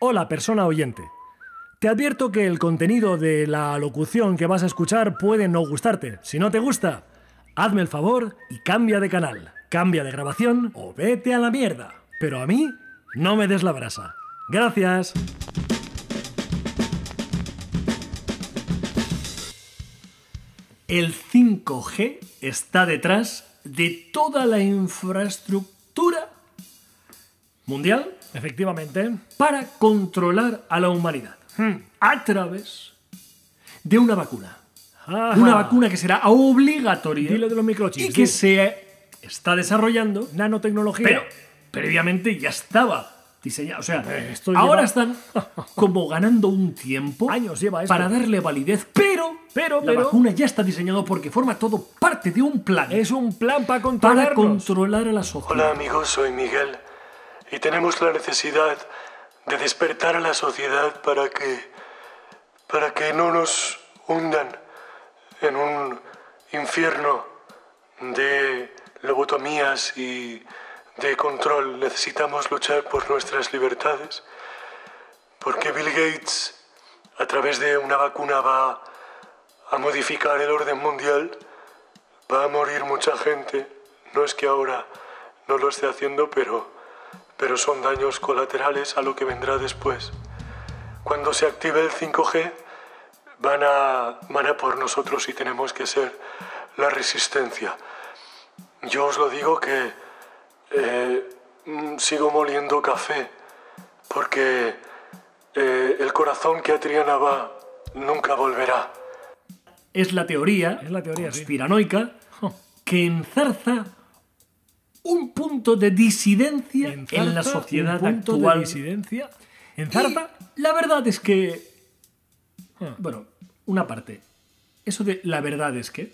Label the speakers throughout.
Speaker 1: Hola, persona oyente. Te advierto que el contenido de la locución que vas a escuchar puede no gustarte. Si no te gusta, hazme el favor y cambia de canal, cambia de grabación o vete a la mierda. Pero a mí, no me des la brasa. Gracias. El 5G está detrás de toda la infraestructura mundial, efectivamente, para controlar a la humanidad a través de una vacuna.
Speaker 2: Ajá.
Speaker 1: Una vacuna que será obligatoria
Speaker 2: Dilo de los microchips.
Speaker 1: y que
Speaker 2: di.
Speaker 1: se eh, está desarrollando,
Speaker 2: nanotecnología.
Speaker 1: pero previamente ya estaba diseñada. O sea,
Speaker 2: Eh, esto
Speaker 1: ahora
Speaker 2: lleva-
Speaker 1: están como ganando un tiempo
Speaker 2: Años lleva esto.
Speaker 1: para darle validez, pero,
Speaker 2: Pero,
Speaker 1: la
Speaker 2: pero-
Speaker 1: vacuna ya está diseñada porque forma todo parte de un plan
Speaker 2: es un plan para
Speaker 1: para
Speaker 2: controlarnos.
Speaker 1: controlar a la sociedad.
Speaker 3: Hola amigos, soy Miguel y tenemos la necesidad de despertar a la sociedad para que para que no nos hundan en un infierno de lobotomías y de control. Necesitamos luchar por nuestras libertades porque Bill Gates a través de una vacuna va a modificar el orden mundial. Va a morir mucha gente. No es que ahora no lo esté haciendo, pero, pero son daños colaterales a lo que vendrá después. Cuando se active el 5G, van a, van a por nosotros y tenemos que ser la resistencia. Yo os lo digo que eh, mm, sigo moliendo café, porque eh, el corazón que a Triana va nunca volverá.
Speaker 1: es la teoría,
Speaker 2: Es la teoría, sí.
Speaker 1: conspiranoica que enzarza un punto de disidencia
Speaker 2: Enzarza
Speaker 1: en la sociedad
Speaker 2: un punto
Speaker 1: actual.
Speaker 2: de disidencia.
Speaker 1: Y
Speaker 2: Enzarza.
Speaker 1: la verdad es que
Speaker 2: Ah.
Speaker 1: bueno, una parte. Eso de la verdad es que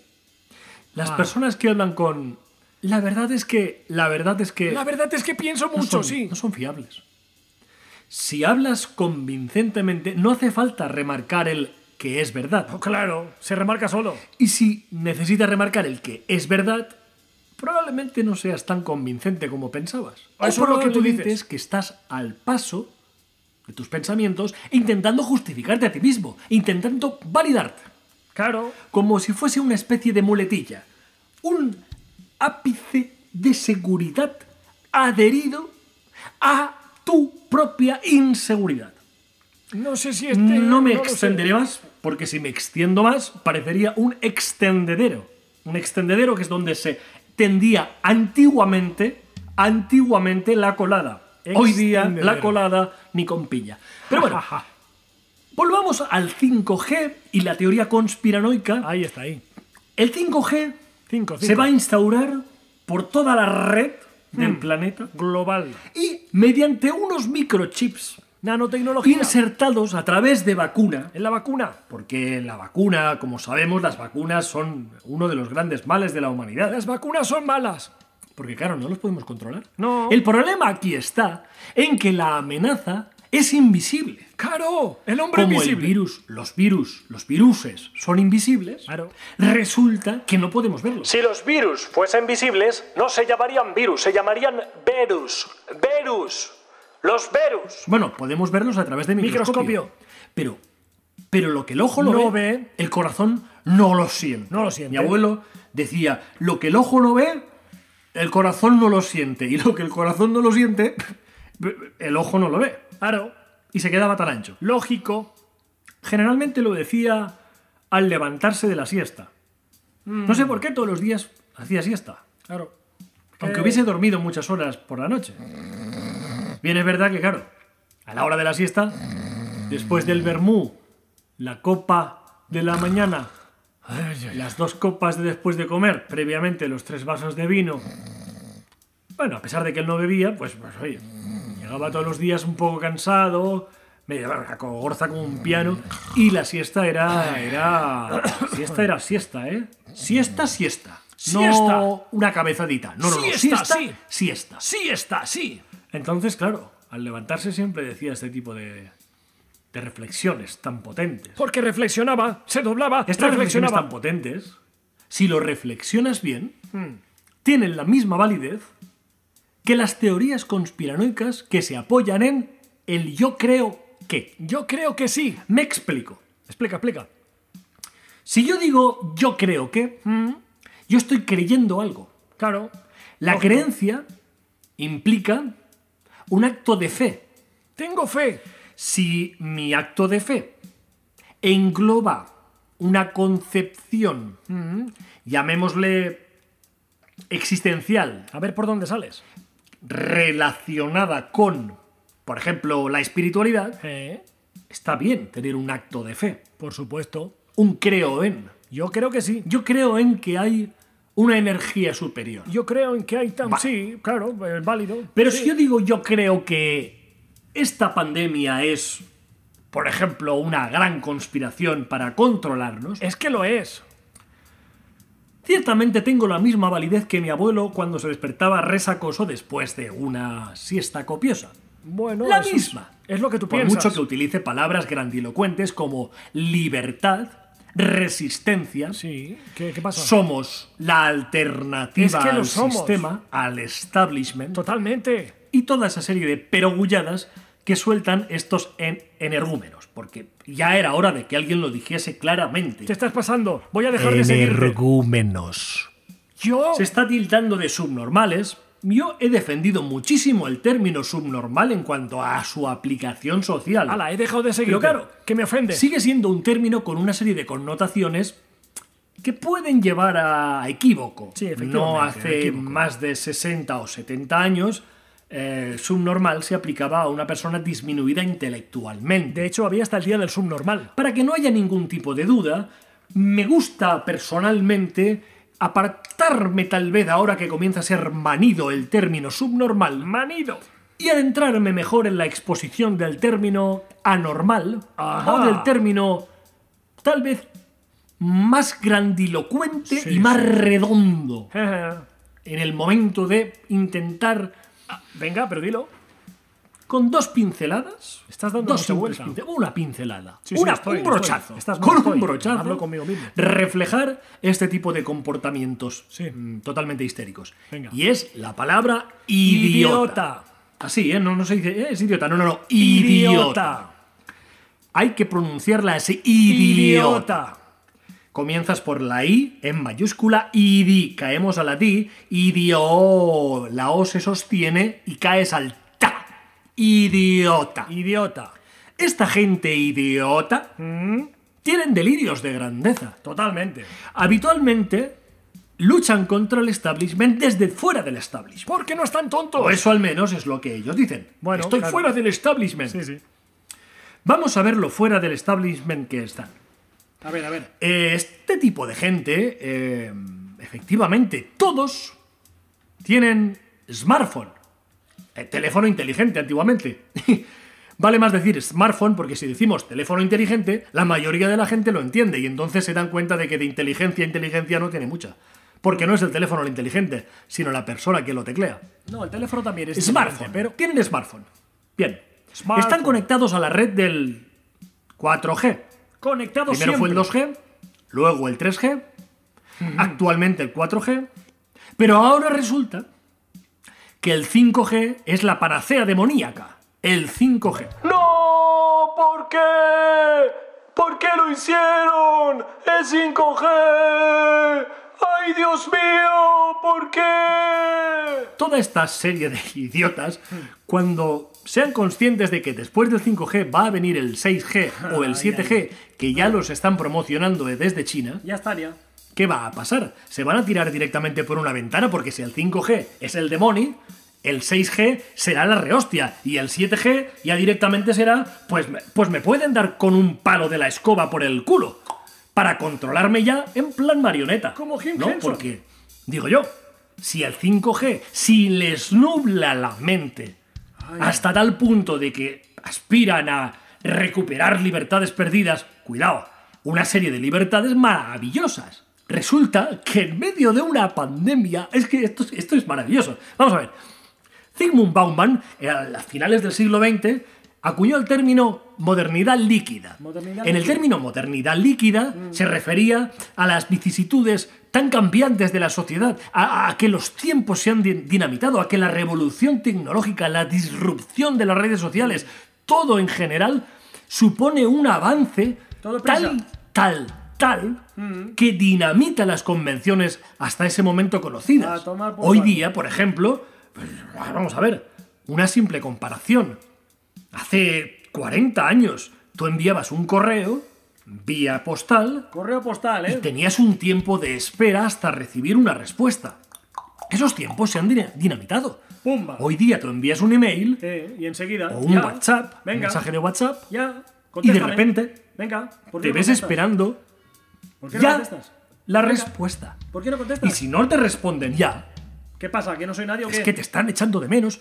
Speaker 1: las
Speaker 2: Ah.
Speaker 1: personas que hablan con la verdad es que la verdad es que
Speaker 2: La verdad es que pienso
Speaker 1: no
Speaker 2: mucho,
Speaker 1: son-
Speaker 2: sí.
Speaker 1: No son fiables. Si hablas convincentemente, no hace falta remarcar el que es verdad.
Speaker 2: No, Oh, claro, se remarca solo.
Speaker 1: Y si necesitas remarcar el que es verdad, probablemente no seas tan convincente como pensabas.
Speaker 2: Eso es lo que tú
Speaker 1: probablemente
Speaker 2: dices.
Speaker 1: es que estás al paso de tus pensamientos intentando justificarte a ti mismo, intentando validarte,
Speaker 2: Claro.
Speaker 1: como si fuese una especie de muletilla, un ápice de seguridad adherido a tu propia inseguridad.
Speaker 2: No sé si este.
Speaker 1: No me
Speaker 2: lo sé.
Speaker 1: extenderé más, porque si me extiendo más, parecería un extendedero. Un extendedero que es donde se tendía antiguamente, antiguamente la colada. Hoy día la
Speaker 2: Extendedero.
Speaker 1: colada ni con piña. Pero bueno, volvamos al 5G y la teoría conspiranoica.
Speaker 2: Ahí está, ahí.
Speaker 1: El 5G
Speaker 2: 5, 5.
Speaker 1: se va a instaurar por toda la red del
Speaker 2: Hmm.
Speaker 1: planeta
Speaker 2: Global.
Speaker 1: y mediante unos microchips
Speaker 2: Nanotecnología.
Speaker 1: insertados a través de vacuna
Speaker 2: En la vacuna.
Speaker 1: porque la vacuna, como sabemos, las vacunas son uno de los grandes males de la humanidad.
Speaker 2: Las vacunas son malas.
Speaker 1: Porque claro, no los podemos controlar.
Speaker 2: No.
Speaker 1: El problema aquí está en que la amenaza es invisible.
Speaker 2: Claro, el hombre
Speaker 1: Como el
Speaker 2: invisible.
Speaker 1: virus, los virus, los viruses son invisibles,
Speaker 2: Claro.
Speaker 1: resulta que no podemos verlos.
Speaker 3: Si los virus fuesen visibles, no se llamarían virus, se llamarían verus. Verus. Los verus.
Speaker 1: Bueno, podemos verlos a través de microscopio.
Speaker 2: Microscopio.
Speaker 1: Pero, pero lo que el ojo no,
Speaker 2: No
Speaker 1: ve,
Speaker 2: ve.
Speaker 1: el corazón no lo siente.
Speaker 2: No lo siente.
Speaker 1: Mi abuelo decía, lo que el ojo no ve, el corazón no lo siente. Y lo que el corazón no lo siente, el ojo no lo ve.
Speaker 2: Claro.
Speaker 1: Y se quedaba tan ancho.
Speaker 2: Lógico.
Speaker 1: Generalmente lo decía al levantarse de la siesta.
Speaker 2: Mm.
Speaker 1: No sé por qué todos los días hacía siesta.
Speaker 2: Claro.
Speaker 1: Aunque
Speaker 2: Eh.
Speaker 1: hubiese dormido muchas horas por la noche. Bien, es verdad que, claro, a la hora de la siesta, después del vermú, la copa de la mañana, las dos copas de después de comer, previamente los tres vasos de vino. Bueno, a pesar de que él no bebía, pues, pues oye, llegaba todos los días un poco cansado, me llevaba una gorza como un piano, y la siesta era. era siesta era siesta, ¿eh? Siesta, siesta.
Speaker 2: Siesta.
Speaker 1: No una cabezadita. No, no, no.
Speaker 2: Siesta,
Speaker 1: Siesta,
Speaker 2: sí.
Speaker 1: siesta.
Speaker 2: Sí está, sí.
Speaker 1: Entonces, claro, al levantarse siempre decía este tipo de, de reflexiones tan potentes.
Speaker 2: Porque reflexionaba, se doblaba,
Speaker 1: Estas reflexiones
Speaker 2: reflexionaba.
Speaker 1: tan potentes, si lo reflexionas bien,
Speaker 2: Hmm.
Speaker 1: tienen la misma validez que las teorías conspiranoicas que se apoyan en el yo creo que.
Speaker 2: Yo creo que sí.
Speaker 1: Me explico.
Speaker 2: Explica, explica.
Speaker 1: Si yo digo yo creo que, yo estoy creyendo algo.
Speaker 2: Hmm. Claro.
Speaker 1: La
Speaker 2: Lógico.
Speaker 1: creencia implica un acto de fe.
Speaker 2: Tengo fe.
Speaker 1: Si mi acto de fe engloba una concepción,
Speaker 2: Mm.
Speaker 1: llamémosle existencial,
Speaker 2: A ver por dónde sales.
Speaker 1: relacionada con, por ejemplo, la espiritualidad,
Speaker 2: Eh,
Speaker 1: está bien tener un acto de fe,
Speaker 2: por supuesto.
Speaker 1: un creo en.
Speaker 2: Yo creo que sí.
Speaker 1: Yo creo en que hay una energía superior.
Speaker 2: Yo creo en que hay tan...
Speaker 1: Va.
Speaker 2: Sí, claro, eh, válido.
Speaker 1: Pero
Speaker 2: Sí.
Speaker 1: si yo digo yo creo que esta pandemia es, por ejemplo, una gran conspiración para controlarnos,
Speaker 2: Es que lo es.
Speaker 1: ciertamente tengo la misma validez que mi abuelo cuando se despertaba resacoso después de una siesta copiosa.
Speaker 2: Bueno,
Speaker 1: La
Speaker 2: eso es-
Speaker 1: misma.
Speaker 2: Es lo que tú
Speaker 1: Por
Speaker 2: piensas.
Speaker 1: mucho que utilice palabras grandilocuentes como libertad, resistencia,
Speaker 2: Sí. ¿Qué, qué pasa?
Speaker 1: somos la alternativa
Speaker 2: Es que lo
Speaker 1: al
Speaker 2: somos.
Speaker 1: sistema, al establishment
Speaker 2: Totalmente.
Speaker 1: y toda esa serie de perogulladas que sueltan estos en energúmenos, porque ya era hora de que alguien lo dijese claramente.
Speaker 2: Te estás pasando. Voy a dejar de seguirte.
Speaker 1: Energúmenos.
Speaker 2: Yo...
Speaker 1: Se está tildando de subnormales. Yo he defendido muchísimo el término subnormal en cuanto a su aplicación social.
Speaker 2: Ala, he dejado de seguirte.
Speaker 1: claro,
Speaker 2: Que me ofende.
Speaker 1: Sigue siendo un término con una serie de connotaciones que pueden llevar a equívoco.
Speaker 2: Sí,
Speaker 1: no
Speaker 2: efectivamente,
Speaker 1: hace
Speaker 2: equívoco.
Speaker 1: más de 60 o 70 años, eh, subnormal se aplicaba a una persona disminuida intelectualmente.
Speaker 2: De hecho, había hasta el día del subnormal.
Speaker 1: Para que no haya ningún tipo de duda, me gusta personalmente apartarme tal vez ahora que comienza a ser manido el término subnormal
Speaker 2: Manido.
Speaker 1: y adentrarme mejor en la exposición del término anormal
Speaker 2: Ajá.
Speaker 1: o del término tal vez más grandilocuente
Speaker 2: Sí,
Speaker 1: y más
Speaker 2: sí.
Speaker 1: redondo
Speaker 2: Venga,
Speaker 1: en el momento de intentar ah,
Speaker 2: pero dilo.
Speaker 1: con dos pinceladas
Speaker 2: Estás dando
Speaker 1: dos
Speaker 2: mucha
Speaker 1: simples
Speaker 2: vuelta.
Speaker 1: pincel- una pincelada
Speaker 2: Sí, sí,
Speaker 1: una-
Speaker 2: estoy,
Speaker 1: un
Speaker 2: estoy.
Speaker 1: brochazo
Speaker 2: Estás-
Speaker 1: con
Speaker 2: estoy.
Speaker 1: un brochazo
Speaker 2: Hablo conmigo mismo.
Speaker 1: reflejar este tipo de comportamientos
Speaker 2: Sí.
Speaker 1: mm, totalmente histéricos
Speaker 2: Venga.
Speaker 1: y es la palabra idiota,
Speaker 2: Idiota.
Speaker 1: así ¿eh? no, no se dice "Eh, es idiota no no no idiota.
Speaker 2: Idiota.
Speaker 1: hay que pronunciarla así idiota
Speaker 2: Idiota.
Speaker 1: Comienzas por la I en mayúscula y di. Caemos a la di. Idio. La O se sostiene y caes al ta. Idiota.
Speaker 2: Idiota. Mm.
Speaker 1: Esta gente idiota tienen delirios de grandeza.
Speaker 2: Totalmente.
Speaker 1: Habitualmente luchan contra el establishment desde fuera del establishment.
Speaker 2: Porque no están tontos.
Speaker 1: O eso al menos es lo que ellos dicen.
Speaker 2: Bueno,
Speaker 1: Estoy
Speaker 2: claro.
Speaker 1: fuera del establishment.
Speaker 2: Sí, sí.
Speaker 1: Vamos a ver lo fuera del establishment que están.
Speaker 2: A ver, a ver.
Speaker 1: Eh, Este tipo de gente, eh, efectivamente, todos tienen smartphone. Eh, teléfono inteligente antiguamente. vale más decir smartphone porque si decimos teléfono inteligente, la mayoría de la gente lo entiende y entonces se dan cuenta de que de inteligencia a inteligencia no tiene mucha. Porque no es el teléfono el inteligente, sino la persona que lo teclea.
Speaker 2: No, el teléfono también es
Speaker 1: Smartphone,
Speaker 2: pero
Speaker 1: pero tienen smartphone. Bien.
Speaker 2: Smartphone.
Speaker 1: Están conectados a la red del 4G.
Speaker 2: conectado
Speaker 1: Primero
Speaker 2: siempre.
Speaker 1: fue el 2G, luego el 3G, actualmente el 4G, pero ahora resulta que el 5G es la panacea demoníaca. El 5G.
Speaker 3: ¡No! ¿Por qué? ¿Por qué lo hicieron? ¡Es 5G! ¡Ay, Dios mío! ¿Por qué?
Speaker 1: Toda esta serie de idiotas, cuando sean conscientes de que después del 5G va a venir el 6G o el 7G, que ya los están promocionando desde China,
Speaker 2: Ya estaría.
Speaker 1: ¿qué va a pasar? ¿Se van a tirar directamente por una ventana? Porque si el 5G es el demonio, el 6G será la rehostia. Y el 7G ya directamente será, pues, me- pues me pueden dar con un palo de la escoba por el culo. Para controlarme ya en plan marioneta.
Speaker 2: Como Jim
Speaker 1: ¿No?
Speaker 2: Henson.
Speaker 1: Porque, digo yo, si el 5G, si les nubla la mente hasta tal punto de que aspiran a recuperar libertades perdidas, cuidado, una serie de libertades maravillosas. Resulta que en medio de una pandemia, es que esto, es- esto es maravilloso. Vamos a ver, Zygmunt Bauman, eh, a finales del siglo XX, acuñó el término modernidad líquida.
Speaker 2: Modernidad
Speaker 1: en el
Speaker 2: líquida. Mm.
Speaker 1: término modernidad líquida se refería a las vicisitudes tan cambiantes de la sociedad, a, a que los tiempos se han din- dinamitado, a que la revolución tecnológica, la disrupción de las redes sociales, todo en general supone un avance
Speaker 2: Todo prisa. Mm.
Speaker 1: tal, tal, tal, que dinamita las convenciones hasta ese momento conocidas.
Speaker 2: A tomar por
Speaker 1: Hoy
Speaker 2: culo.
Speaker 1: día, por ejemplo, pues, vamos a ver, una simple comparación. Hace 40 años tú enviabas un correo vía postal
Speaker 2: Correo postal,
Speaker 1: y
Speaker 2: ¿eh?
Speaker 1: tenías un tiempo de espera hasta recibir una respuesta. Esos tiempos se han dina- dinamitado.
Speaker 2: Pumba.
Speaker 1: Hoy día tú envías un email
Speaker 2: Eh, y enseguida.
Speaker 1: o un
Speaker 2: ya,
Speaker 1: WhatsApp, un
Speaker 2: Venga.
Speaker 1: mensaje de WhatsApp, y
Speaker 2: Ya.
Speaker 1: de
Speaker 2: contéstame.
Speaker 1: repente
Speaker 2: Venga. ¿por qué
Speaker 1: te
Speaker 2: no
Speaker 1: ves
Speaker 2: contestas?
Speaker 1: esperando
Speaker 2: ¿Por qué no
Speaker 1: ya
Speaker 2: contestas?
Speaker 1: la
Speaker 2: Venga.
Speaker 1: respuesta.
Speaker 2: ¿Por qué no contestas?
Speaker 1: Y si no te responden ya,
Speaker 2: ¿Qué pasa? ¿Que no soy nadie o qué?
Speaker 1: es que te están echando de menos.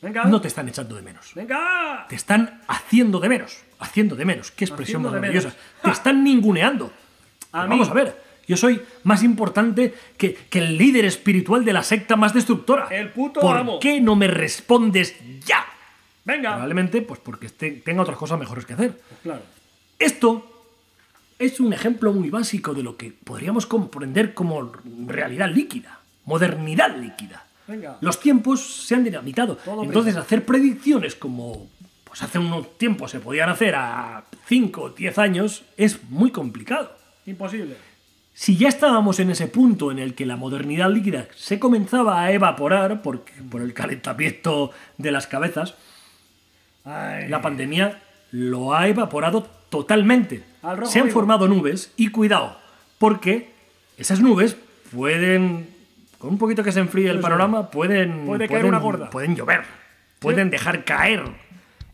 Speaker 2: Venga.
Speaker 1: No te están echando de menos.
Speaker 2: Venga.
Speaker 1: Te están haciendo de menos. Haciendo de menos. Qué expresión
Speaker 2: Haciendo de
Speaker 1: maravillosa.
Speaker 2: menos.
Speaker 1: Te están ninguneando.
Speaker 2: A
Speaker 1: Pero
Speaker 2: mí.
Speaker 1: Vamos a ver. Yo soy más importante que, que el líder espiritual de la secta más destructora.
Speaker 2: El puto
Speaker 1: ¿Por
Speaker 2: amo.
Speaker 1: qué no me respondes ya?
Speaker 2: Venga.
Speaker 1: Probablemente pues porque esté- tenga otras cosas mejores que hacer.
Speaker 2: Claro.
Speaker 1: Esto es un ejemplo muy básico de lo que podríamos comprender como realidad líquida, modernidad líquida.
Speaker 2: Venga.
Speaker 1: Los tiempos se han dinamitado.
Speaker 2: Todo
Speaker 1: Entonces, hacer predicciones como pues hace unos tiempos se podían hacer a 5 o 10 años es muy complicado.
Speaker 2: Imposible.
Speaker 1: Si ya estábamos en ese punto en el que la modernidad líquida se comenzaba a evaporar por, por el calentamiento de las cabezas,
Speaker 2: Ay.
Speaker 1: la pandemia lo ha evaporado totalmente.
Speaker 2: Al rojo
Speaker 1: Se han
Speaker 2: vivo.
Speaker 1: formado nubes y cuidado, porque esas nubes pueden, con un poquito que se enfríe el
Speaker 2: sí.
Speaker 1: panorama, pueden,
Speaker 2: Puede caer
Speaker 1: pueden,
Speaker 2: una gorda.
Speaker 1: pueden llover, pueden dejar caer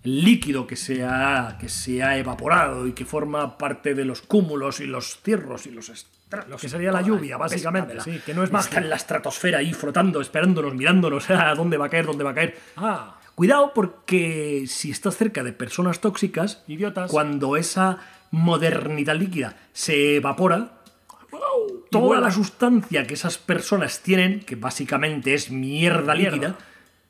Speaker 1: el líquido que se, ha, que se ha evaporado y que forma parte de los cúmulos y los cierros y los estra- lo que sería la lluvia, básicamente.
Speaker 2: sí, que no es
Speaker 1: más Está en la estratosfera ahí flotando, esperándonos, mirándonos a dónde va a caer, dónde va a caer.
Speaker 2: Ah.
Speaker 1: Cuidado porque si estás cerca de personas tóxicas,
Speaker 2: Idiotas.
Speaker 1: cuando esa modernidad líquida se evapora, toda
Speaker 2: vuela.
Speaker 1: la sustancia que esas personas tienen, que básicamente es mierda,
Speaker 2: Mierda.
Speaker 1: líquida,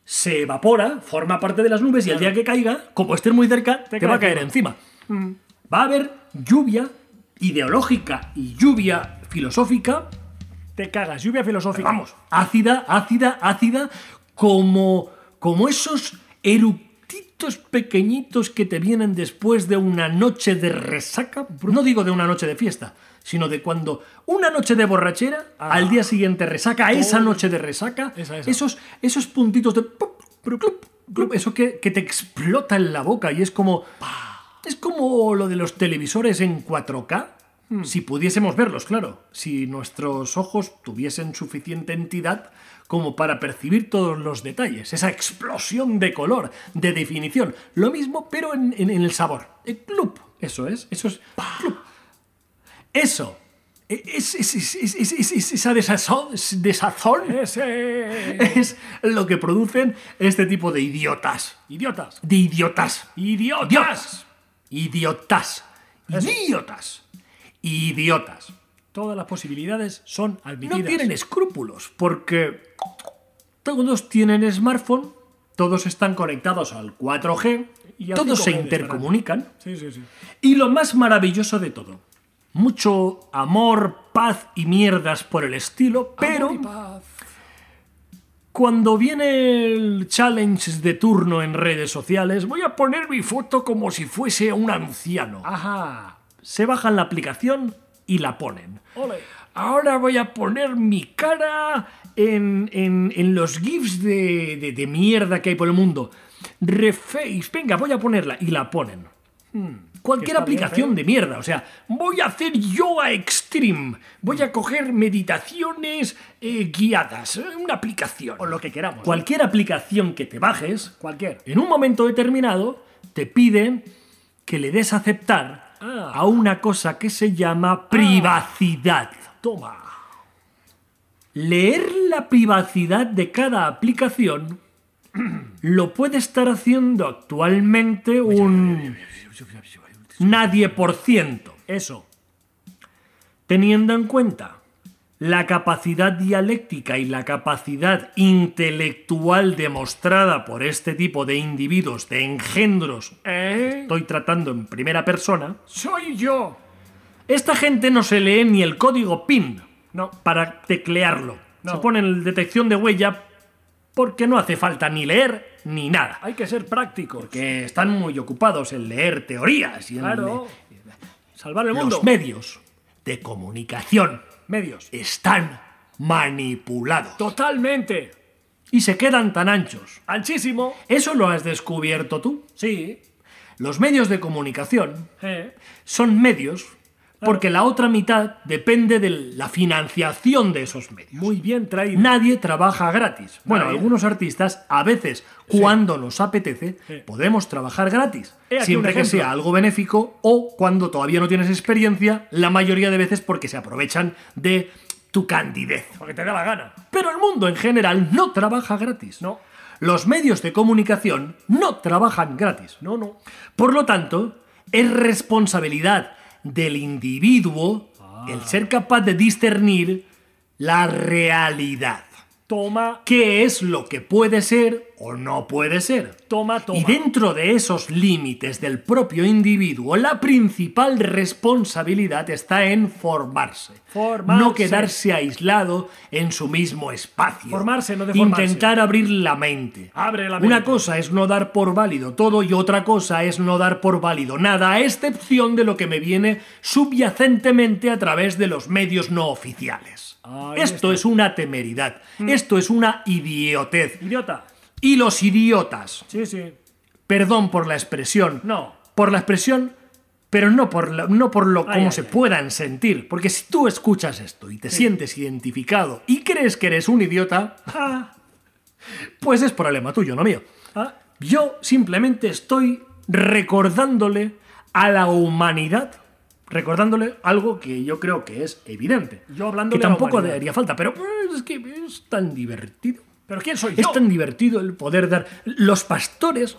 Speaker 1: se evapora, forma parte de las nubes y el día que caiga, como estés muy cerca, te,
Speaker 2: cae
Speaker 1: va a caer encima. Va a haber lluvia ideológica y lluvia filosófica
Speaker 2: Te cagas. Lluvia filosófica.
Speaker 1: vamos, ácida, ácida, ácida, como, como esos eructitos pequeñitos que te vienen después de una noche de resaca. No digo de una noche de fiesta, sino de cuando una noche de borrachera, al día siguiente resaca, esa noche de resaca,
Speaker 2: Ah. Esa, esa.
Speaker 1: Esos, esos puntitos de... pop, pru, clup, clup, Eso que, que te explota en la boca y es como... Es como lo de los televisores en 4K. Si pudiésemos verlos, claro. Si nuestros ojos tuviesen suficiente entidad como para percibir todos los detalles. Esa explosión de color, de definición. Lo mismo, pero en, en- en el sabor. El club. Eso es. Eso es. club. Eso. E- Es, es- es- es- es- es- es- esa desazón, es- desazón
Speaker 2: Ese.
Speaker 1: es lo que producen este tipo de idiotas.
Speaker 2: Idiotas.
Speaker 1: De idiotas.
Speaker 2: Idiotas.
Speaker 1: Idiotas. Idiotas. Idiotas.
Speaker 2: Todas las posibilidades son admitidas.
Speaker 1: No tienen escrúpulos porque todos tienen smartphone, todos están conectados al 4G,
Speaker 2: Y al
Speaker 1: todos se
Speaker 2: 5G de
Speaker 1: intercomunican.
Speaker 2: Sí, sí, sí.
Speaker 1: Y lo más maravilloso de todo, mucho amor, paz y mierdas por el estilo, pero... Cuando viene el challenge de turno en redes sociales, voy a poner mi foto como si fuese un anciano.
Speaker 2: Ah. Ajá.
Speaker 1: Se bajan la aplicación y la ponen.
Speaker 2: Ole.
Speaker 1: Ahora voy a poner mi cara en, en- en los GIFs de, de- de mierda que hay por el mundo. Reface, venga, voy a ponerla. Y la ponen. Hmm, Cualquier
Speaker 2: Está bien,
Speaker 1: aplicación de mierda. O sea, voy a hacer yoga extreme. Voy
Speaker 2: Mm.
Speaker 1: a coger meditaciones eh, guiadas. eh, Una aplicación.
Speaker 2: O lo que queramos, ¿no?
Speaker 1: Cualquier aplicación que te bajes,
Speaker 2: Cualquier.
Speaker 1: en un momento determinado, te piden que le des a aceptar
Speaker 2: Ah.
Speaker 1: a una cosa que se llama privacidad.
Speaker 2: Toma.
Speaker 1: Leer la privacidad de cada aplicación lo puede estar haciendo actualmente un nadie por ciento,
Speaker 2: Eso.
Speaker 1: teniendo en cuenta la capacidad dialéctica y la capacidad intelectual demostrada por este tipo de individuos, de engendros,
Speaker 2: ¿Eh?
Speaker 1: estoy tratando en primera persona,
Speaker 2: Soy yo.
Speaker 1: Esta gente no se lee ni el código PIN
Speaker 2: No.
Speaker 1: para teclearlo.
Speaker 2: No.
Speaker 1: Se ponen el detección de huella porque no hace falta ni leer ni nada.
Speaker 2: Hay que ser prácticos.
Speaker 1: Porque están muy ocupados en leer teorías y en
Speaker 2: Claro. Salvar el
Speaker 1: los
Speaker 2: mundo.
Speaker 1: medios de comunicación
Speaker 2: Medios.
Speaker 1: están manipulados
Speaker 2: Totalmente.
Speaker 1: y se quedan tan anchos.
Speaker 2: Anchísimo.
Speaker 1: ¿Eso lo has descubierto tú?
Speaker 2: Sí.
Speaker 1: Los medios de comunicación
Speaker 2: Eh.
Speaker 1: son medios porque la otra mitad depende de la financiación de esos medios.
Speaker 2: Muy bien traído.
Speaker 1: Nadie trabaja gratis. Bueno,
Speaker 2: Nadie.
Speaker 1: algunos artistas a veces, cuando nos apetece,
Speaker 2: Sí.
Speaker 1: podemos trabajar gratis.
Speaker 2: He aquí
Speaker 1: Siempre
Speaker 2: un
Speaker 1: que
Speaker 2: ejemplo.
Speaker 1: sea algo benéfico o cuando todavía no tienes experiencia, la mayoría de veces porque se aprovechan de tu candidez.
Speaker 2: Porque te da la gana.
Speaker 1: Pero el mundo en general no trabaja gratis.
Speaker 2: No.
Speaker 1: Los medios de comunicación no trabajan gratis.
Speaker 2: No, no.
Speaker 1: Por lo tanto, es responsabilidad del individuo
Speaker 2: Ah.
Speaker 1: el ser capaz de discernir la realidad.
Speaker 2: Toma,
Speaker 1: ¿Qué es lo que puede ser o no puede ser?
Speaker 2: toma, toma.
Speaker 1: Y dentro de esos límites del propio individuo, la principal responsabilidad está en formarse.
Speaker 2: Formarse.
Speaker 1: No quedarse aislado en su mismo espacio.
Speaker 2: Formarse, no deformarse.
Speaker 1: Intentar abrir la mente.
Speaker 2: Abre la
Speaker 1: Una
Speaker 2: mente.
Speaker 1: cosa es no dar por válido todo y otra cosa es no dar por válido nada, a excepción de lo que me viene subyacentemente a través de los medios no oficiales.
Speaker 2: Ahí Mm.
Speaker 1: Esto es una temeridad. Esto es una idiotez.
Speaker 2: Idiota.
Speaker 1: Y los idiotas
Speaker 2: Sí, sí.
Speaker 1: perdón por la expresión.
Speaker 2: No.
Speaker 1: Por la expresión, pero no por, la- no por lo
Speaker 2: Ay,
Speaker 1: como
Speaker 2: ay,
Speaker 1: se
Speaker 2: ay.
Speaker 1: puedan sentir. Porque si tú escuchas esto y te sientes identificado y crees que eres un idiota,
Speaker 2: Ah,
Speaker 1: pues es problema tuyo, no mío.
Speaker 2: ah.
Speaker 1: Yo simplemente estoy recordándole a la humanidad, recordándole algo que yo creo que es evidente.
Speaker 2: Yo hablándole
Speaker 1: que
Speaker 2: a la
Speaker 1: tampoco
Speaker 2: humanidad.
Speaker 1: haría falta, pero pues, es que es tan divertido.
Speaker 2: ¿Pero quién soy
Speaker 1: Es
Speaker 2: yo?
Speaker 1: tan divertido el poder dar. Los pastores,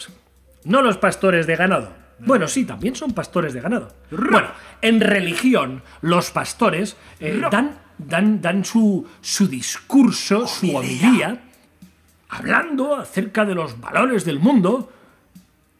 Speaker 1: no los pastores de ganado. Bueno, sí, también son pastores de ganado. Bueno, en religión, los pastores eh, dan, dan, dan su, su discurso, su homilía, hablando acerca de los valores del mundo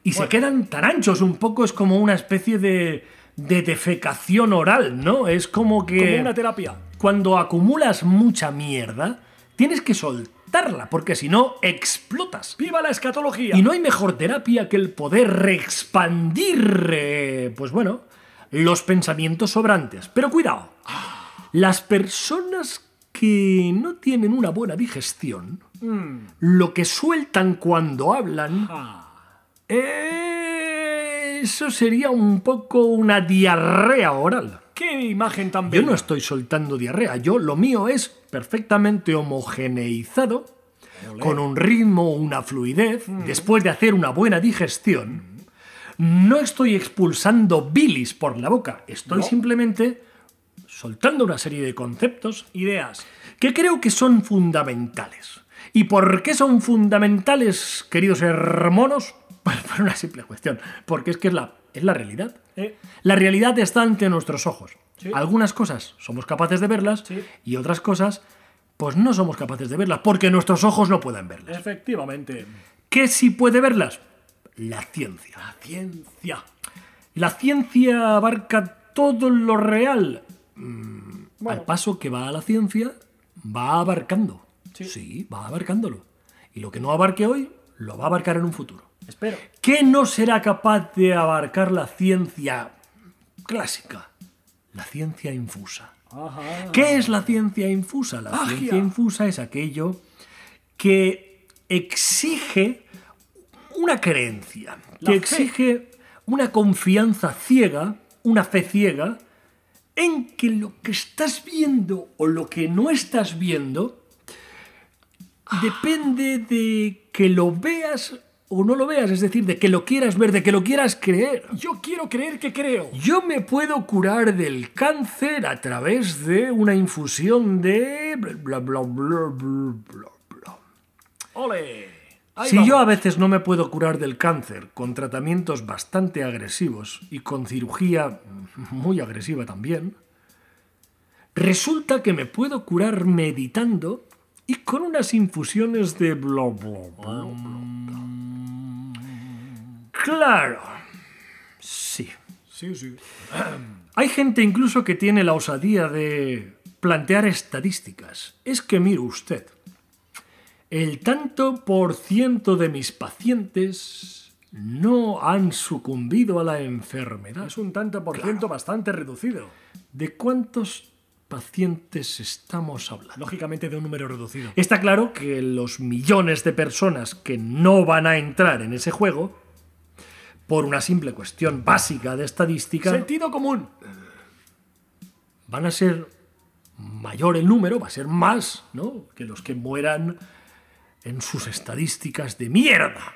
Speaker 1: y se quedan tan anchos. Un poco es como una especie de, de defecación oral, ¿no? Es como que
Speaker 2: Como una terapia.
Speaker 1: cuando acumulas mucha mierda, tienes que soltarla, porque si no, explotas.
Speaker 2: ¡Viva la escatología!
Speaker 1: Y no hay mejor terapia que el poder reexpandir, eh, pues bueno, los pensamientos sobrantes. Pero cuidado, las personas que no tienen una buena digestión, lo que sueltan cuando hablan, eh, eso sería un poco una diarrea oral.
Speaker 2: ¡Qué imagen tan
Speaker 1: Yo
Speaker 2: bella!
Speaker 1: no estoy soltando diarrea, yo lo mío es perfectamente homogeneizado, con un ritmo, una fluidez, después de hacer una buena digestión. No estoy expulsando bilis por la boca, estoy simplemente soltando una serie de conceptos
Speaker 2: Ideas.
Speaker 1: que creo que son fundamentales. ¿Y por qué son fundamentales, queridos hermanos? Pues por una simple cuestión, porque es que es la, es la realidad.
Speaker 2: Eh,
Speaker 1: La realidad está ante nuestros ojos.
Speaker 2: Sí.
Speaker 1: Algunas cosas somos capaces de verlas
Speaker 2: Sí.
Speaker 1: y otras cosas pues no somos capaces de verlas porque nuestros ojos no pueden verlas.
Speaker 2: efectivamente.
Speaker 1: ¿Qué sí puede verlas? La ciencia. La ciencia. La ciencia abarca todo lo real. Mm, Al paso que va a la ciencia, va abarcando.
Speaker 2: Sí.
Speaker 1: va abarcándolo. Y lo que no abarque hoy, lo va a abarcar en un futuro.
Speaker 2: Espero.
Speaker 1: ¿Qué no será capaz de abarcar la ciencia clásica? La ciencia infusa.
Speaker 2: Ajá.
Speaker 1: ¿Qué es la ciencia infusa? La
Speaker 2: Magia.
Speaker 1: ciencia infusa es aquello que exige una creencia, que
Speaker 2: La fe.
Speaker 1: exige una confianza ciega, una fe ciega, en que lo que estás viendo o lo que no estás viendo depende de que lo veas o no lo veas, es decir, de que lo quieras ver, de que lo quieras creer.
Speaker 2: Yo quiero creer que creo.
Speaker 1: Yo me puedo curar del cáncer a través de una infusión de bla bla bla bla bla bla. bla.
Speaker 2: ¡Ole! Ahí
Speaker 1: Si
Speaker 2: vamos.
Speaker 1: yo a veces no me puedo curar del cáncer con tratamientos bastante agresivos y con cirugía muy agresiva también, resulta que me puedo curar meditando y con unas infusiones de bla bla bla. bla. Claro. Sí.
Speaker 2: Sí, sí.
Speaker 1: Hay gente incluso que tiene la osadía de plantear estadísticas. Es que mire usted, El tanto por ciento de mis pacientes no han sucumbido a la enfermedad.
Speaker 2: Es un tanto por ciento bastante reducido.
Speaker 1: ¿De cuántos pacientes estamos hablando?
Speaker 2: Lógicamente de un número reducido.
Speaker 1: Está claro que los millones de personas que no van a entrar en ese juego, por una simple cuestión básica de estadística,
Speaker 2: Sentido común.
Speaker 1: van a ser mayor el número, va a ser más, ¿no? Que los que mueran en sus estadísticas de mierda.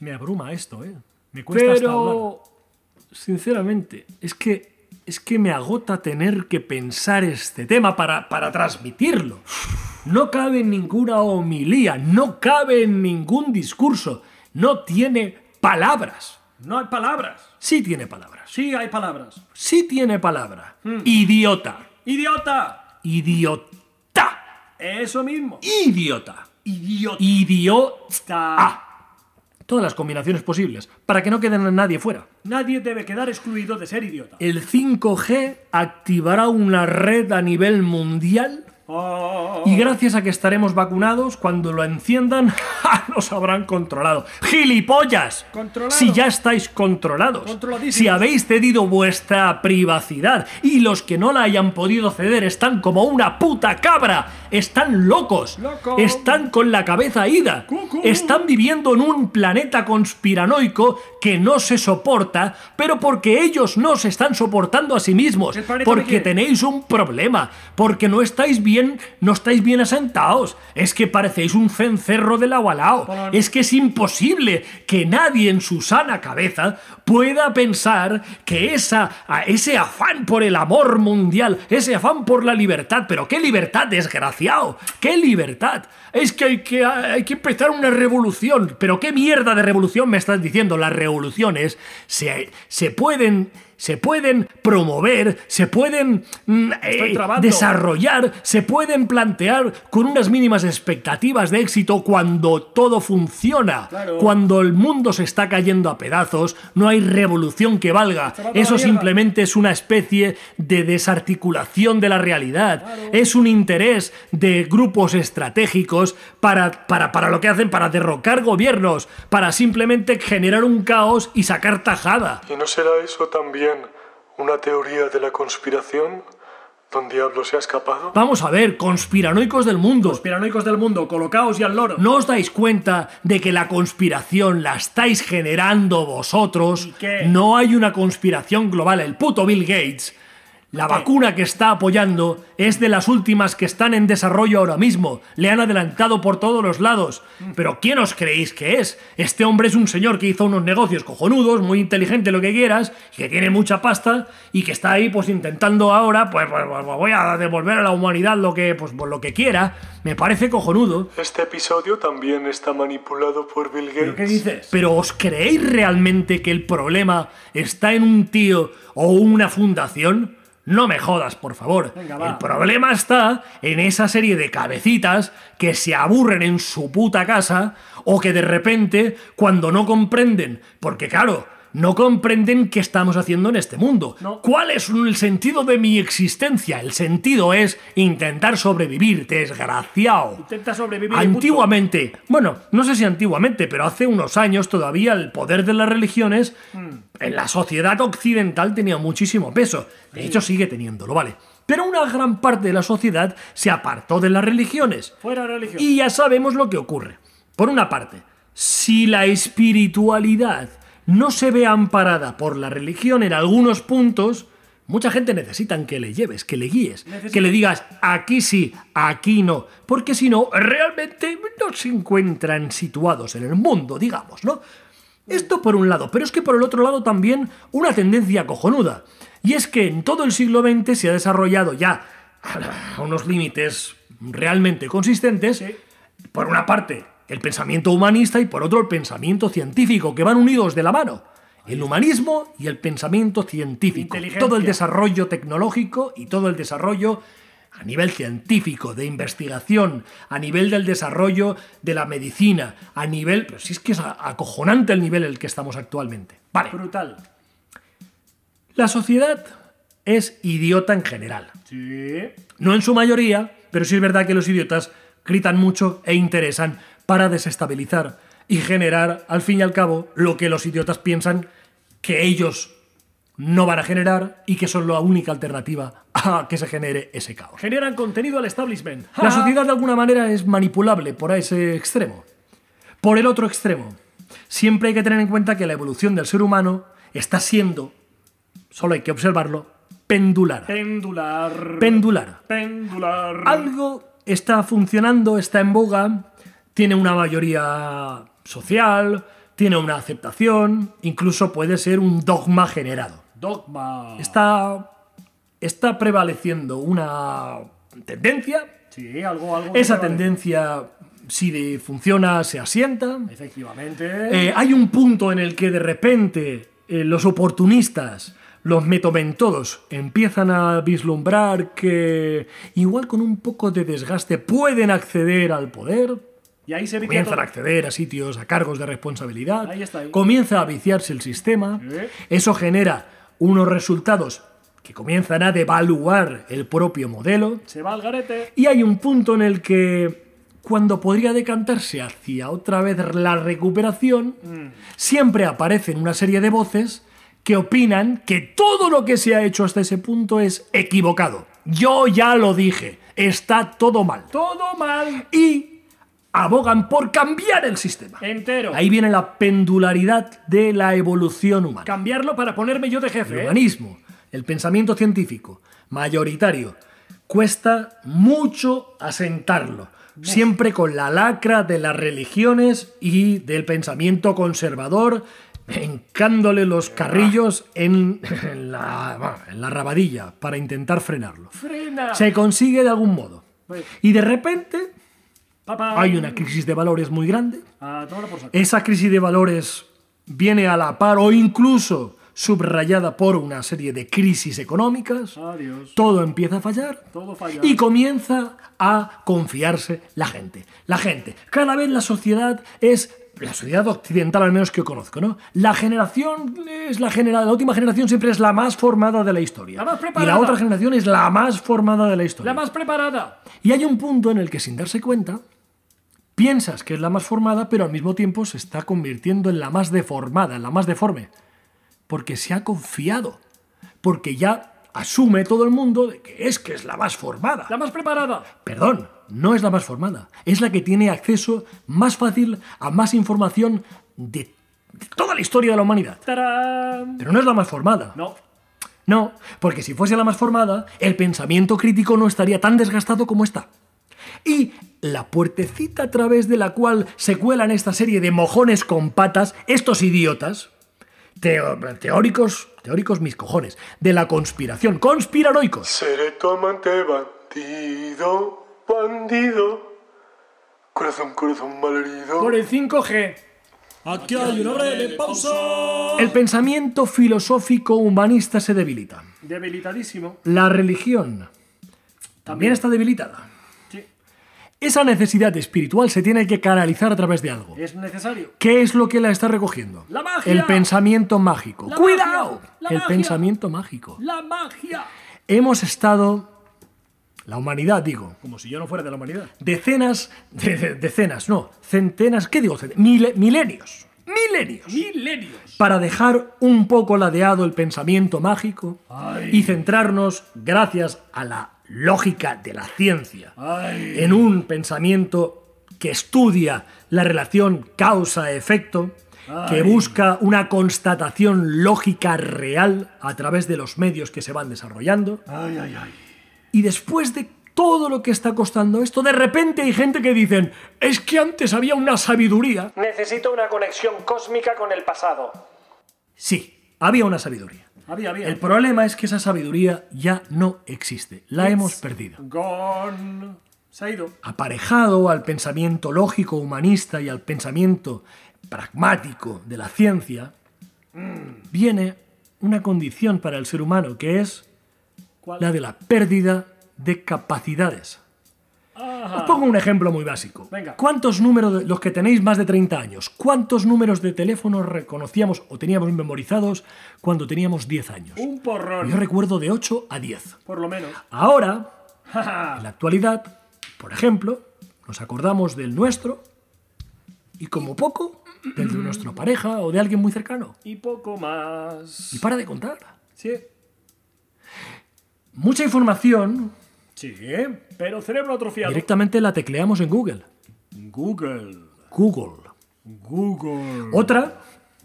Speaker 2: Me abruma esto, ¿eh? Me cuesta hasta hablar.
Speaker 1: Pero, sinceramente, es que es que me agota tener que pensar este tema para, para transmitirlo. No cabe en ninguna homilía, no cabe en ningún discurso, no tiene palabras.
Speaker 2: No hay palabras.
Speaker 1: Sí tiene palabras,
Speaker 2: Sí hay palabras.
Speaker 1: sí tiene palabra. Idiota,
Speaker 2: ¡Idiota!
Speaker 1: idiota,
Speaker 2: Eso mismo.
Speaker 1: idiota,
Speaker 2: ¡Idiota!
Speaker 1: idiota. Todas las combinaciones posibles, para que no quede nadie fuera.
Speaker 2: Nadie debe quedar excluido de ser idiota.
Speaker 1: El 5G activará una red a nivel mundial
Speaker 2: Oh,
Speaker 1: y gracias a que estaremos vacunados, cuando lo enciendan, ¡ja! nos habrán controlado. ¡Gilipollas!
Speaker 2: Controlado.
Speaker 1: Si ya estáis controlados,
Speaker 2: Controladísimos.
Speaker 1: si habéis cedido vuestra privacidad y los que no la hayan podido ceder están como una puta cabra, están locos,
Speaker 2: Loco.
Speaker 1: están con la cabeza ida,
Speaker 2: Cucú.
Speaker 1: están viviendo en un planeta conspiranoico que no se soporta, pero porque ellos no se están soportando a sí mismos,
Speaker 2: El planeta me
Speaker 1: porque
Speaker 2: quiere.
Speaker 1: tenéis tenéis un problema, porque no estáis bien, no estáis bien asentados. Es que parecéis un cencerro del agualao.
Speaker 2: Por-
Speaker 1: Es que es imposible que nadie en su sana cabeza pueda pensar que esa, a- ese afán por el amor mundial, ese afán por la libertad, pero qué libertad, desgraciado, qué libertad. Es que hay que, hay que empezar una revolución, pero qué mierda de revolución me estás diciendo. Las revoluciones se, se pueden... Se pueden promover, se pueden mm,
Speaker 2: Estoy
Speaker 1: eh,
Speaker 2: trabando.
Speaker 1: desarrollar, se pueden plantear con unas mínimas expectativas de éxito cuando todo funciona,
Speaker 2: Claro.
Speaker 1: cuando el mundo se está cayendo a pedazos, no hay revolución que valga.
Speaker 2: Se va toda
Speaker 1: Eso
Speaker 2: la mierda.
Speaker 1: simplemente es una especie de desarticulación de la realidad. Es un interés de grupos estratégicos para, para, para lo que hacen, para derrocar gobiernos, para simplemente generar un caos y sacar tajada.
Speaker 3: ¿Y no será eso también una teoría de la conspiración? ¿Don Diablo se ha escapado?
Speaker 1: Vamos a ver, conspiranoicos del mundo.
Speaker 2: Piranoicos del mundo, colocaos y al loro.
Speaker 1: ¿No os dais cuenta de que la conspiración la estáis generando vosotros?
Speaker 2: ¿Y qué?
Speaker 1: No hay una conspiración global. El puto Bill Gates, la vacuna que está apoyando es de las últimas que están en desarrollo ahora mismo. Le han adelantado por todos los lados.
Speaker 2: Mm.
Speaker 1: Pero ¿quién os creéis que es? Este hombre es un señor que hizo unos negocios cojonudos, muy inteligente, lo que quieras, que tiene mucha pasta y que está ahí pues intentando ahora, pues, pues, pues, voy a devolver a la humanidad lo que, pues, pues, lo que quiera. Me parece cojonudo.
Speaker 3: Este episodio también está manipulado por Bill Gates.
Speaker 2: ¿Qué dices?
Speaker 1: Pero ¿os creéis realmente que el problema está en un tío o una fundación? No me jodas, por favor.
Speaker 2: Venga, va.
Speaker 1: El problema está en esa serie de cabecitas que se aburren en su puta casa o que de repente, cuando no comprenden, porque claro, no comprenden qué estamos haciendo en este mundo.
Speaker 2: No.
Speaker 1: ¿Cuál es el sentido de mi existencia? El sentido es intentar sobrevivir, desgraciado.
Speaker 2: Intenta sobrevivir. y punto.
Speaker 1: Antiguamente, bueno, no sé si antiguamente, pero hace unos años todavía el poder de las religiones en la sociedad occidental tenía muchísimo peso. De hecho, sigue teniéndolo, ¿vale? Pero una gran parte de la sociedad se apartó de las religiones.
Speaker 2: Fuera religión.
Speaker 1: Y ya sabemos lo que ocurre. Por una parte, si la espiritualidad no se ve amparada por la religión en algunos puntos, mucha gente necesitan que le lleves, que le guíes, que le digas aquí sí, aquí no, porque si no, realmente no se encuentran situados en el mundo, digamos, ¿no? Esto por un lado, pero es que por el otro lado también una tendencia cojonuda. Y es que en todo el siglo XX se ha desarrollado ya a unos límites realmente consistentes, por una parte el pensamiento humanista y por otro el pensamiento científico, que van unidos de la mano. El humanismo y el pensamiento científico.
Speaker 2: Inteligencia.
Speaker 1: Todo el desarrollo tecnológico y todo el desarrollo a nivel científico, de investigación, a nivel del desarrollo de la medicina, a nivel... Pero si es que es a- acojonante el nivel en el que estamos actualmente. Vale.
Speaker 2: Brutal.
Speaker 1: La sociedad es idiota en general.
Speaker 2: Sí.
Speaker 1: No en su mayoría, pero sí es verdad que los idiotas gritan mucho e interesan para desestabilizar y generar, al fin y al cabo, lo que los idiotas piensan que ellos no van a generar y que son la única alternativa a que se genere ese caos.
Speaker 2: Generan contenido al establishment.
Speaker 1: La sociedad de alguna manera es manipulable por ese extremo. Por el otro extremo, siempre hay que tener en cuenta que la evolución del ser humano está siendo, solo hay que observarlo, pendular.
Speaker 2: Eh, Pendular.
Speaker 1: Pendular.
Speaker 2: Pendular.
Speaker 1: Algo está funcionando, está en boga, tiene una mayoría social, tiene una aceptación, incluso puede ser un dogma generado.
Speaker 2: Dogma.
Speaker 1: Está, está prevaleciendo una tendencia.
Speaker 2: Sí, algo, algo.
Speaker 1: Esa
Speaker 2: que-
Speaker 1: tendencia, si de- funciona, se asienta.
Speaker 2: Efectivamente.
Speaker 1: Eh, hay un punto en el que de repente eh, los oportunistas, los metomentodos, empiezan a vislumbrar que igual con un poco de desgaste pueden acceder al poder.
Speaker 2: y ahí se vicia
Speaker 1: Comienzan
Speaker 2: todo.
Speaker 1: a acceder a sitios, a cargos de responsabilidad.
Speaker 2: Ahí está, ahí.
Speaker 1: Comienza a viciarse el sistema.
Speaker 2: Sí.
Speaker 1: Eso genera unos resultados que comienzan a devaluar el propio modelo.
Speaker 2: Se va al garete.
Speaker 1: Y hay un punto en el que, cuando podría decantarse hacia otra vez la recuperación,
Speaker 2: Mm.
Speaker 1: siempre aparecen una serie de voces que opinan que todo lo que se ha hecho hasta ese punto es equivocado. Yo ya lo dije, está todo mal.
Speaker 2: Todo mal.
Speaker 1: Y abogan por cambiar el sistema.
Speaker 2: Entero.
Speaker 1: Ahí viene la pendularidad de la evolución humana.
Speaker 2: Cambiarlo para ponerme yo de
Speaker 1: El
Speaker 2: jefe. ¿eh?
Speaker 1: humanismo, el pensamiento científico mayoritario, cuesta mucho asentarlo, siempre con la lacra de las religiones y del pensamiento conservador, encándole los carrillos en, en la, bueno, en la rabadilla para intentar frenarlo.
Speaker 2: Frena.
Speaker 1: Se consigue de algún modo. Y de repente
Speaker 2: Papá.
Speaker 1: hay una Eh. crisis de valores muy grande
Speaker 2: A tomarlo por saco.
Speaker 1: esa crisis de valores viene a la par o incluso subrayada por una serie de crisis económicas,
Speaker 2: Adiós.
Speaker 1: todo empieza a fallar
Speaker 2: Todo falla.
Speaker 1: y comienza a confiarse la gente. La gente. Cada vez la sociedad es... La sociedad occidental, al menos que yo conozco, ¿no? La generación es la generación... La última generación siempre es la más formada de la historia.
Speaker 2: La más
Speaker 1: y
Speaker 2: preparada.
Speaker 1: la otra generación es la más formada de la historia.
Speaker 2: La más preparada.
Speaker 1: Y hay un punto en el que sin darse cuenta, piensas que es la más formada, pero al mismo tiempo se está convirtiendo en la más deformada, en la más deforme. Porque se ha confiado. Porque ya asume todo el mundo de que es que es la más formada.
Speaker 2: La más preparada.
Speaker 1: Perdón, no es la más formada. Es la que tiene acceso más fácil a más información de de toda la historia de la humanidad.
Speaker 2: ¡Tarán!
Speaker 1: Pero no es la más formada.
Speaker 2: No.
Speaker 1: No, porque si fuese la más formada, el pensamiento crítico no estaría tan desgastado como está. Y la puertecita a través de la cual se cuelan esta serie de mojones con patas, estos idiotas, teo- teóricos, teóricos mis cojones, de la conspiración, conspiranoicos.
Speaker 3: Seré tu amante bandido, bandido. Corazón, corazón malherido.
Speaker 2: Por el 5G.
Speaker 4: Aquí hay una breve pausa.
Speaker 1: El pensamiento filosófico humanista se debilita.
Speaker 2: Debilitadísimo.
Speaker 1: La religión también está debilitada.
Speaker 2: Sí.
Speaker 1: Esa necesidad espiritual se tiene que canalizar a través de algo.
Speaker 2: Es necesario.
Speaker 1: ¿Qué es lo que la está recogiendo?
Speaker 2: ¡La magia!
Speaker 1: El pensamiento mágico.
Speaker 2: ¡La
Speaker 1: ¡Cuidado!
Speaker 2: magia! ¡La
Speaker 1: el
Speaker 2: magia!
Speaker 1: pensamiento mágico.
Speaker 2: La magia.
Speaker 1: Hemos estado, la humanidad digo,
Speaker 2: Como si yo no fuera de la humanidad.
Speaker 1: decenas, de- de- decenas, no, centenas, ¿qué digo? Centen- mile- milenios, milenios,
Speaker 2: Milenios.
Speaker 1: para dejar un poco ladeado el pensamiento mágico y centrarnos, gracias a la lógica de la ciencia,
Speaker 2: Ay.
Speaker 1: en un pensamiento que estudia la relación causa-efecto, que busca una constatación lógica real a través de los medios que se van desarrollando.
Speaker 2: Ay, ay, ay.
Speaker 1: Y después de todo lo que está costando esto, de repente hay gente que dicen, es que antes había una sabiduría.
Speaker 2: Necesito una conexión cósmica con el pasado.
Speaker 1: Sí, había una sabiduría.
Speaker 2: Había, había.
Speaker 1: El problema es que esa sabiduría ya no existe, la hemos perdido.
Speaker 2: Gone. Se ha ido.
Speaker 1: aparejado al pensamiento lógico humanista y al pensamiento pragmático de la ciencia, mm, viene una condición para el ser humano que es
Speaker 2: ¿Cuál?
Speaker 1: la de la pérdida de capacidades.
Speaker 2: Ajá.
Speaker 1: Os pongo un ejemplo muy básico.
Speaker 2: Venga.
Speaker 1: ¿Cuántos números, de, los que tenéis más de 30 años, cuántos números de teléfono reconocíamos o teníamos memorizados cuando teníamos 10 años?
Speaker 2: Un
Speaker 1: Yo
Speaker 2: porrón.
Speaker 1: recuerdo de 8 a 10.
Speaker 2: Por lo menos.
Speaker 1: Ahora,
Speaker 2: Jaja.
Speaker 1: en la actualidad, por ejemplo, Nos acordamos del nuestro y como poco del de nuestra pareja o de alguien muy cercano.
Speaker 2: Y poco más.
Speaker 1: Y para de contar.
Speaker 2: Sí.
Speaker 1: Mucha información
Speaker 2: Sí, pero cerebro atrofiado.
Speaker 1: directamente la tecleamos en Google.
Speaker 2: Google.
Speaker 1: Google.
Speaker 2: Google.
Speaker 1: Otra,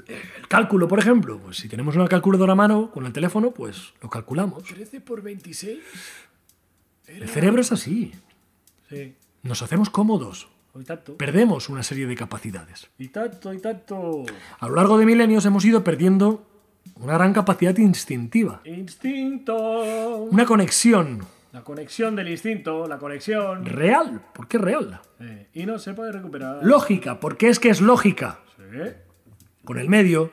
Speaker 1: el cálculo, por ejemplo. Pues si tenemos una calculadora a mano con el teléfono, pues lo calculamos.
Speaker 2: 13 por 26.
Speaker 1: El cerebro es así.
Speaker 2: Sí.
Speaker 1: Nos hacemos cómodos.
Speaker 2: Y tanto.
Speaker 1: Perdemos una serie de capacidades.
Speaker 2: Y tanto, y tanto.
Speaker 1: A lo largo de milenios hemos ido perdiendo una gran capacidad instintiva.
Speaker 2: Instinto.
Speaker 1: Una conexión
Speaker 2: La conexión del instinto, la conexión.
Speaker 1: real, porque es real.
Speaker 2: Eh, y no se puede recuperar.
Speaker 1: Lógica, porque es que es lógica.
Speaker 2: Sí.
Speaker 1: Con el medio.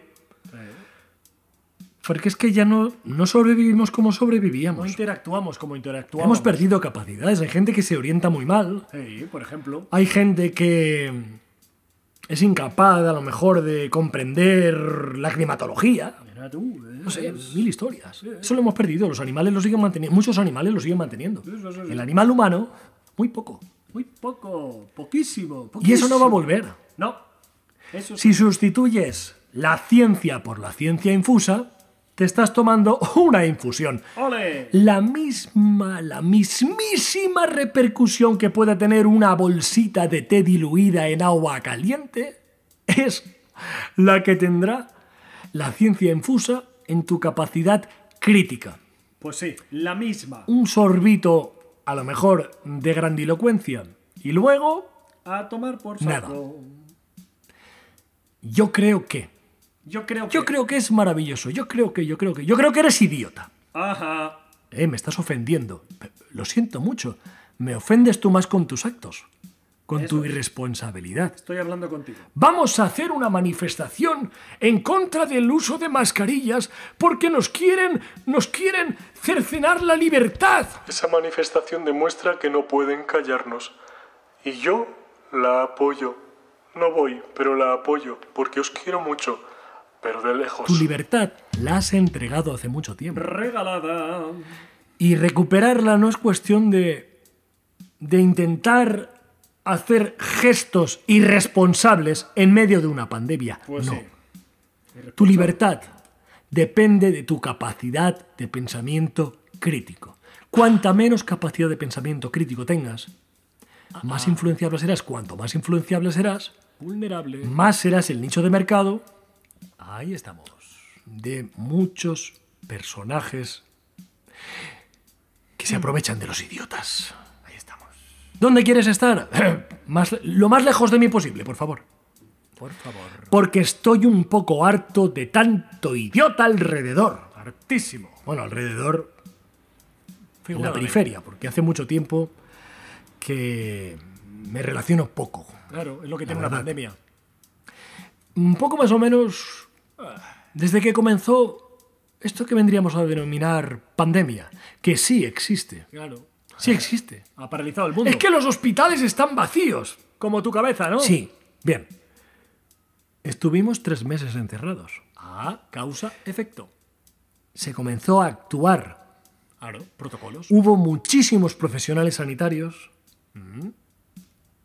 Speaker 1: Porque es que ya no, no sobrevivimos como
Speaker 2: No
Speaker 1: sobrevivíamos.
Speaker 2: interactuamos como interactuamos.
Speaker 1: Hemos perdido capacidades. Hay gente que se orienta muy mal.
Speaker 2: Sí, por ejemplo.
Speaker 1: Hay gente que es incapaz a lo mejor de comprender la climatología.
Speaker 2: Mira tú, eh.
Speaker 1: No sé, mil historias. Eso lo hemos perdido. Los animales lo siguen manteniendo. Muchos animales lo siguen manteniendo. El animal humano, muy poco.
Speaker 2: Muy poco, poquísimo,
Speaker 1: Y eso no va a
Speaker 2: poquísimo.
Speaker 1: volver.
Speaker 2: No. Eso sí.
Speaker 1: Si sustituyes la ciencia por la ciencia infusa, te estás tomando una infusión.
Speaker 2: ¡Ole!
Speaker 1: La misma, la mismísima repercusión que puede tener una bolsita de té diluida en agua caliente es la que tendrá la ciencia infusa en tu capacidad crítica.
Speaker 2: Pues sí, la misma.
Speaker 1: Un sorbito, a lo mejor, de grandilocuencia. Y luego,
Speaker 2: A tomar por
Speaker 1: Nada.
Speaker 2: saco.
Speaker 1: yo creo que.
Speaker 2: Yo creo que.
Speaker 1: Yo creo que es maravilloso. Yo creo que, yo creo que. Yo creo que eres idiota.
Speaker 2: Ajá.
Speaker 1: Eh, me estás ofendiendo. Pe- Lo siento mucho. Me ofendes tú más con tus actos, con tu irresponsabilidad.
Speaker 2: Estoy hablando contigo.
Speaker 1: Vamos a hacer una manifestación en contra del uso de mascarillas porque nos quieren, nos quieren cercenar la libertad.
Speaker 3: Esa manifestación demuestra que no pueden callarnos. Y yo la apoyo. No voy, pero la apoyo, porque os quiero mucho, pero de lejos.
Speaker 1: Tu libertad la has entregado hace mucho tiempo.
Speaker 2: Regalada.
Speaker 1: Y recuperarla no es cuestión de, de intentar hacer gestos irresponsables en medio de una pandemia.
Speaker 2: Pues
Speaker 1: no.
Speaker 2: sí.
Speaker 1: Tu libertad depende de tu capacidad de pensamiento crítico. Cuanta menos capacidad de pensamiento crítico tengas,
Speaker 2: Ah.
Speaker 1: más influenciable serás. Cuanto más influenciable serás,
Speaker 2: Vulnerable.
Speaker 1: más serás el nicho de mercado. Ahí estamos. De muchos personajes que se aprovechan de los idiotas. Mm. Ahí estamos. ¿Dónde quieres estar? Más- lo más lejos de mí posible, por favor.
Speaker 2: Por favor.
Speaker 1: Porque estoy un poco harto de tanto idiota alrededor.
Speaker 2: Hartísimo.
Speaker 1: Bueno, alrededor en la
Speaker 2: Figuradamente.
Speaker 1: periferia, porque hace mucho tiempo que me relaciono poco.
Speaker 2: Claro, es lo que tiene
Speaker 1: verdad.
Speaker 2: una pandemia.
Speaker 1: Un poco más o menos eh, desde que comenzó esto que vendríamos a denominar pandemia, que sí existe.
Speaker 2: Claro.
Speaker 1: Sí existe.
Speaker 2: Ha paralizado el mundo.
Speaker 1: Es que los hospitales están vacíos.
Speaker 2: Como tu cabeza, ¿no?
Speaker 1: Sí, bien. Estuvimos tres meses encerrados.
Speaker 2: Ah, causa, efecto.
Speaker 1: Se comenzó a actuar
Speaker 2: Claro, protocolos.
Speaker 1: Hubo muchísimos profesionales sanitarios
Speaker 2: Mm.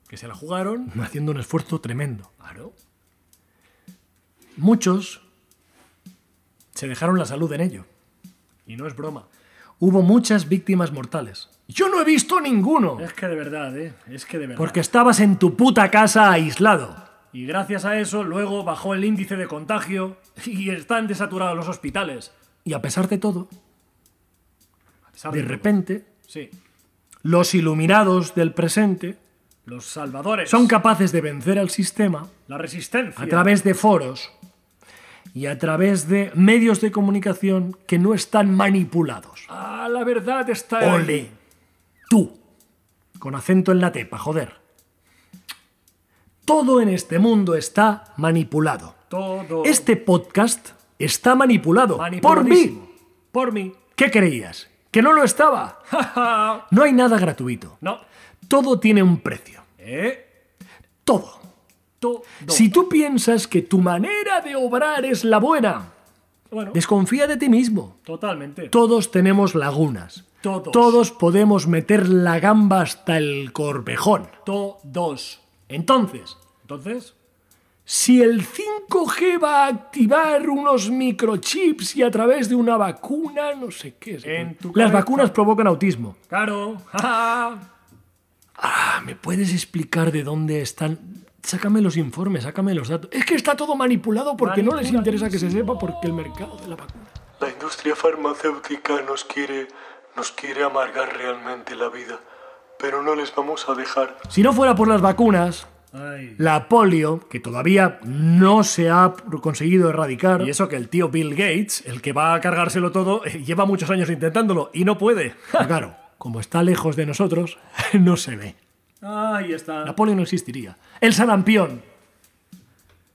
Speaker 2: Que se la jugaron.
Speaker 1: haciendo un esfuerzo tremendo.
Speaker 2: Mm. Claro.
Speaker 1: Muchos se dejaron la salud en ello.
Speaker 2: Y no es broma.
Speaker 1: Hubo muchas víctimas mortales. Yo no he visto ninguno.
Speaker 2: Es que de verdad, ¿eh? Es que de verdad.
Speaker 1: Porque estabas en tu puta casa aislado.
Speaker 2: Y gracias a eso, luego bajó el índice de contagio y están desaturados los hospitales.
Speaker 1: Y a pesar de todo,
Speaker 2: A pesar
Speaker 1: de
Speaker 2: todo.
Speaker 1: repente,
Speaker 2: Sí.
Speaker 1: los iluminados del presente
Speaker 2: Los salvadores.
Speaker 1: son capaces de vencer al sistema
Speaker 2: La resistencia.
Speaker 1: a través de foros y a través de medios de comunicación que no están manipulados.
Speaker 2: Ah, la verdad está. ahí.
Speaker 1: Ole. Tú. Con acento en la tepa, joder. Todo en este mundo está manipulado.
Speaker 2: Todo.
Speaker 1: Este podcast está manipulado por
Speaker 2: manipuladísimo.
Speaker 1: mí.
Speaker 2: Por mí.
Speaker 1: ¿Qué creías? ¿Que no lo estaba? No hay nada gratuito.
Speaker 2: no.
Speaker 1: Todo tiene un precio.
Speaker 2: Eh.
Speaker 1: Todo.
Speaker 2: Todo.
Speaker 1: Si tú piensas que tu manera de obrar es la buena,
Speaker 2: Bueno,
Speaker 1: desconfía de ti mismo.
Speaker 2: totalmente.
Speaker 1: Todos tenemos lagunas.
Speaker 2: Todos.
Speaker 1: Todos podemos meter la gamba hasta el corvejón.
Speaker 2: Todos.
Speaker 1: Entonces,
Speaker 2: Entonces,
Speaker 1: si el 5G va a activar unos microchips y a través de una vacuna, no sé qué. es.
Speaker 2: En tu
Speaker 1: Las
Speaker 2: cabeza.
Speaker 1: vacunas provocan autismo.
Speaker 2: claro. ja, ja.
Speaker 1: Ah, ¿me puedes explicar de dónde están? Sácame los informes, sácame los datos. Es que está todo manipulado porque no les interesa que se sepa porque el mercado de la vacuna.
Speaker 3: La industria farmacéutica nos quiere, nos quiere amargar realmente la vida, pero no les vamos a dejar.
Speaker 1: Si no fuera por las vacunas,
Speaker 2: Ay.
Speaker 1: la polio, que todavía no se ha conseguido erradicar,
Speaker 2: Y eso que el tío Bill Gates, el que va a cargárselo todo,
Speaker 1: eh,
Speaker 2: lleva muchos años intentándolo y no puede.
Speaker 1: pero claro, como está lejos de nosotros, no se ve.
Speaker 2: Ahí está.
Speaker 1: La polio no existiría. El sarampión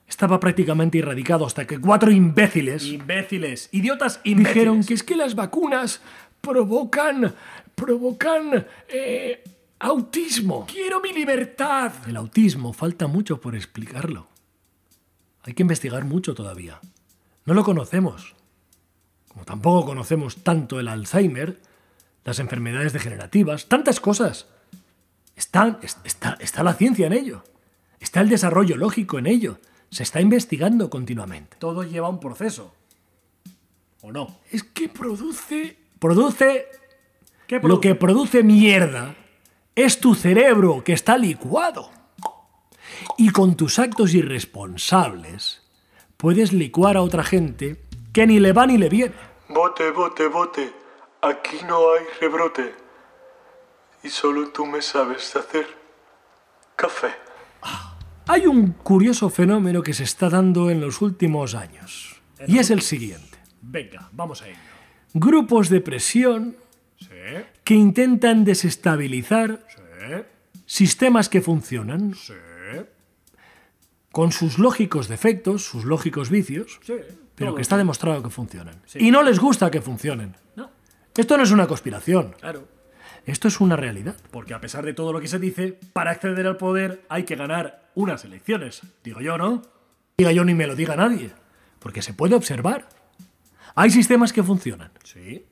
Speaker 1: estaba prácticamente erradicado hasta que cuatro imbéciles
Speaker 2: Imbéciles, idiotas imbéciles.
Speaker 1: dijeron que es que las vacunas provocan provocan eh, autismo.
Speaker 2: quiero mi libertad.
Speaker 1: El autismo falta mucho por explicarlo. Hay que investigar mucho todavía. No lo conocemos. Como tampoco conocemos tanto el Alzheimer, las enfermedades degenerativas, tantas cosas. Está, es- está, está la ciencia en ello. Está el desarrollo lógico en ello. Se está investigando continuamente.
Speaker 2: Todo lleva un proceso. ¿O no?
Speaker 1: Es que produce... Produce...
Speaker 2: ¿Qué
Speaker 1: Lo que produce mierda es tu cerebro que está licuado. Y con tus actos irresponsables puedes licuar a otra gente que ni le va ni le viene.
Speaker 3: Bote, bote, bote, aquí no hay rebrote. Y solo tú me sabes hacer café.
Speaker 1: Hay un curioso fenómeno que se está dando en los últimos años. Y es el siguiente.
Speaker 2: Venga, vamos a ello.
Speaker 1: Grupos de presión
Speaker 2: Sí,
Speaker 1: que intentan desestabilizar
Speaker 2: sí,
Speaker 1: sistemas que funcionan
Speaker 2: sí,
Speaker 1: con sus lógicos defectos, sus lógicos vicios,
Speaker 2: sí.
Speaker 1: pero
Speaker 2: Todo.
Speaker 1: que está demostrado que funcionan. Y no les gusta que funcionen.
Speaker 2: No,
Speaker 1: Esto no es una conspiración,
Speaker 2: claro.
Speaker 1: esto es una realidad.
Speaker 2: Porque a pesar de todo lo que se dice, para acceder al poder hay que ganar unas elecciones. Digo yo, ¿no?
Speaker 1: Diga yo ni me lo diga nadie, porque se puede observar. Hay sistemas que funcionan.
Speaker 2: Sí.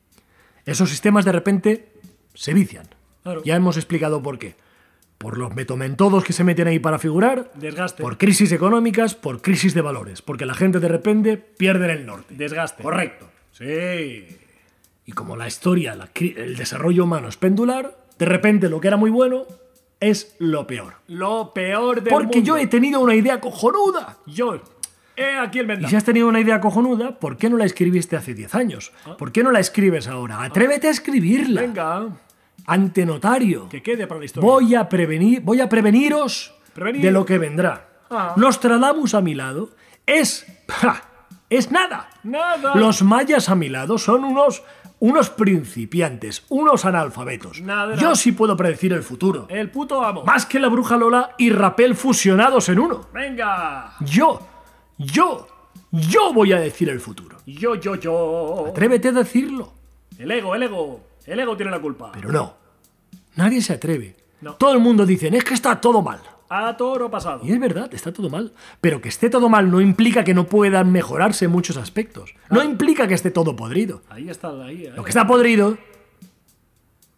Speaker 1: Esos sistemas de repente se vician.
Speaker 2: Claro.
Speaker 1: Ya hemos explicado por qué. Por los metomentodos que se meten ahí para figurar,
Speaker 2: Desgaste.
Speaker 1: por crisis económicas, por crisis de valores, porque la gente de repente pierde el norte.
Speaker 2: Desgaste.
Speaker 1: Correcto.
Speaker 2: Sí.
Speaker 1: Y como la historia, la cri- el desarrollo humano es pendular, de repente lo que era muy bueno es lo peor.
Speaker 2: Lo peor del
Speaker 1: Porque yo he
Speaker 2: mundo.
Speaker 1: tenido una idea cojonuda.
Speaker 2: Yo. He aquí el
Speaker 1: Y
Speaker 2: vendaje.
Speaker 1: si has tenido una idea cojonuda, ¿por qué no la escribiste hace 10 años? ¿Por qué no la escribes ahora? Atrévete a escribirla.
Speaker 2: Ah. Venga,
Speaker 1: Ante notario.
Speaker 2: que quede para la historia.
Speaker 1: Voy a prevenir, voy a preveniros
Speaker 2: Prevenir.
Speaker 1: de lo que vendrá.
Speaker 2: Ah.
Speaker 1: Nostradamus a mi lado es ¡ja! es nada.
Speaker 2: Nada.
Speaker 1: Los mayas a mi lado son unos unos principiantes, unos analfabetos.
Speaker 2: Nada.
Speaker 1: Yo sí puedo predecir el futuro.
Speaker 2: El puto amo.
Speaker 1: Más que la bruja Lola y Rapel fusionados en uno.
Speaker 2: Venga.
Speaker 1: Yo, yo, yo voy a decir el futuro.
Speaker 2: Yo, yo, yo.
Speaker 1: Atrévete a decirlo.
Speaker 2: El ego, el ego. El ego tiene la culpa.
Speaker 1: Pero no. Nadie se atreve.
Speaker 2: No.
Speaker 1: Todo el mundo dice, es que está todo mal.
Speaker 2: A toro pasado.
Speaker 1: Y es verdad, está todo mal. Pero que esté todo mal no implica que no puedan mejorarse muchos aspectos. No
Speaker 2: Ah.
Speaker 1: implica que esté todo podrido.
Speaker 2: Ahí está, ahí. eh.
Speaker 1: Lo que está podrido,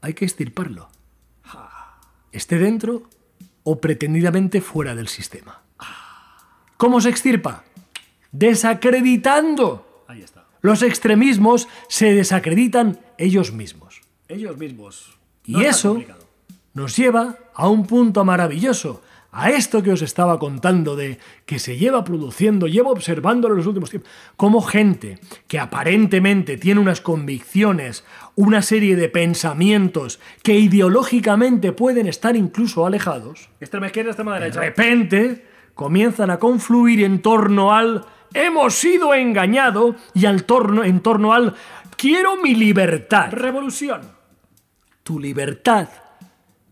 Speaker 1: hay que estirparlo. Esté dentro o pretendidamente fuera del sistema. ¿Cómo se extirpa? Desacreditando
Speaker 2: Ahí está.
Speaker 1: Los extremismos se desacreditan ellos mismos.
Speaker 2: Ellos mismos.
Speaker 1: Y
Speaker 2: No es tan
Speaker 1: eso
Speaker 2: complicado.
Speaker 1: nos lleva a un punto maravilloso, a esto que os estaba contando de que se lleva produciendo, llevo observándolo en los últimos tiempos, como gente que aparentemente tiene unas convicciones, una serie de pensamientos que ideológicamente pueden estar incluso alejados,
Speaker 2: Extrema izquierda, extrema
Speaker 1: de
Speaker 2: derecha.
Speaker 1: repente comienzan a confluir en torno al hemos sido engañado y al torno, en torno al quiero mi libertad.
Speaker 2: Revolución.
Speaker 1: Tu libertad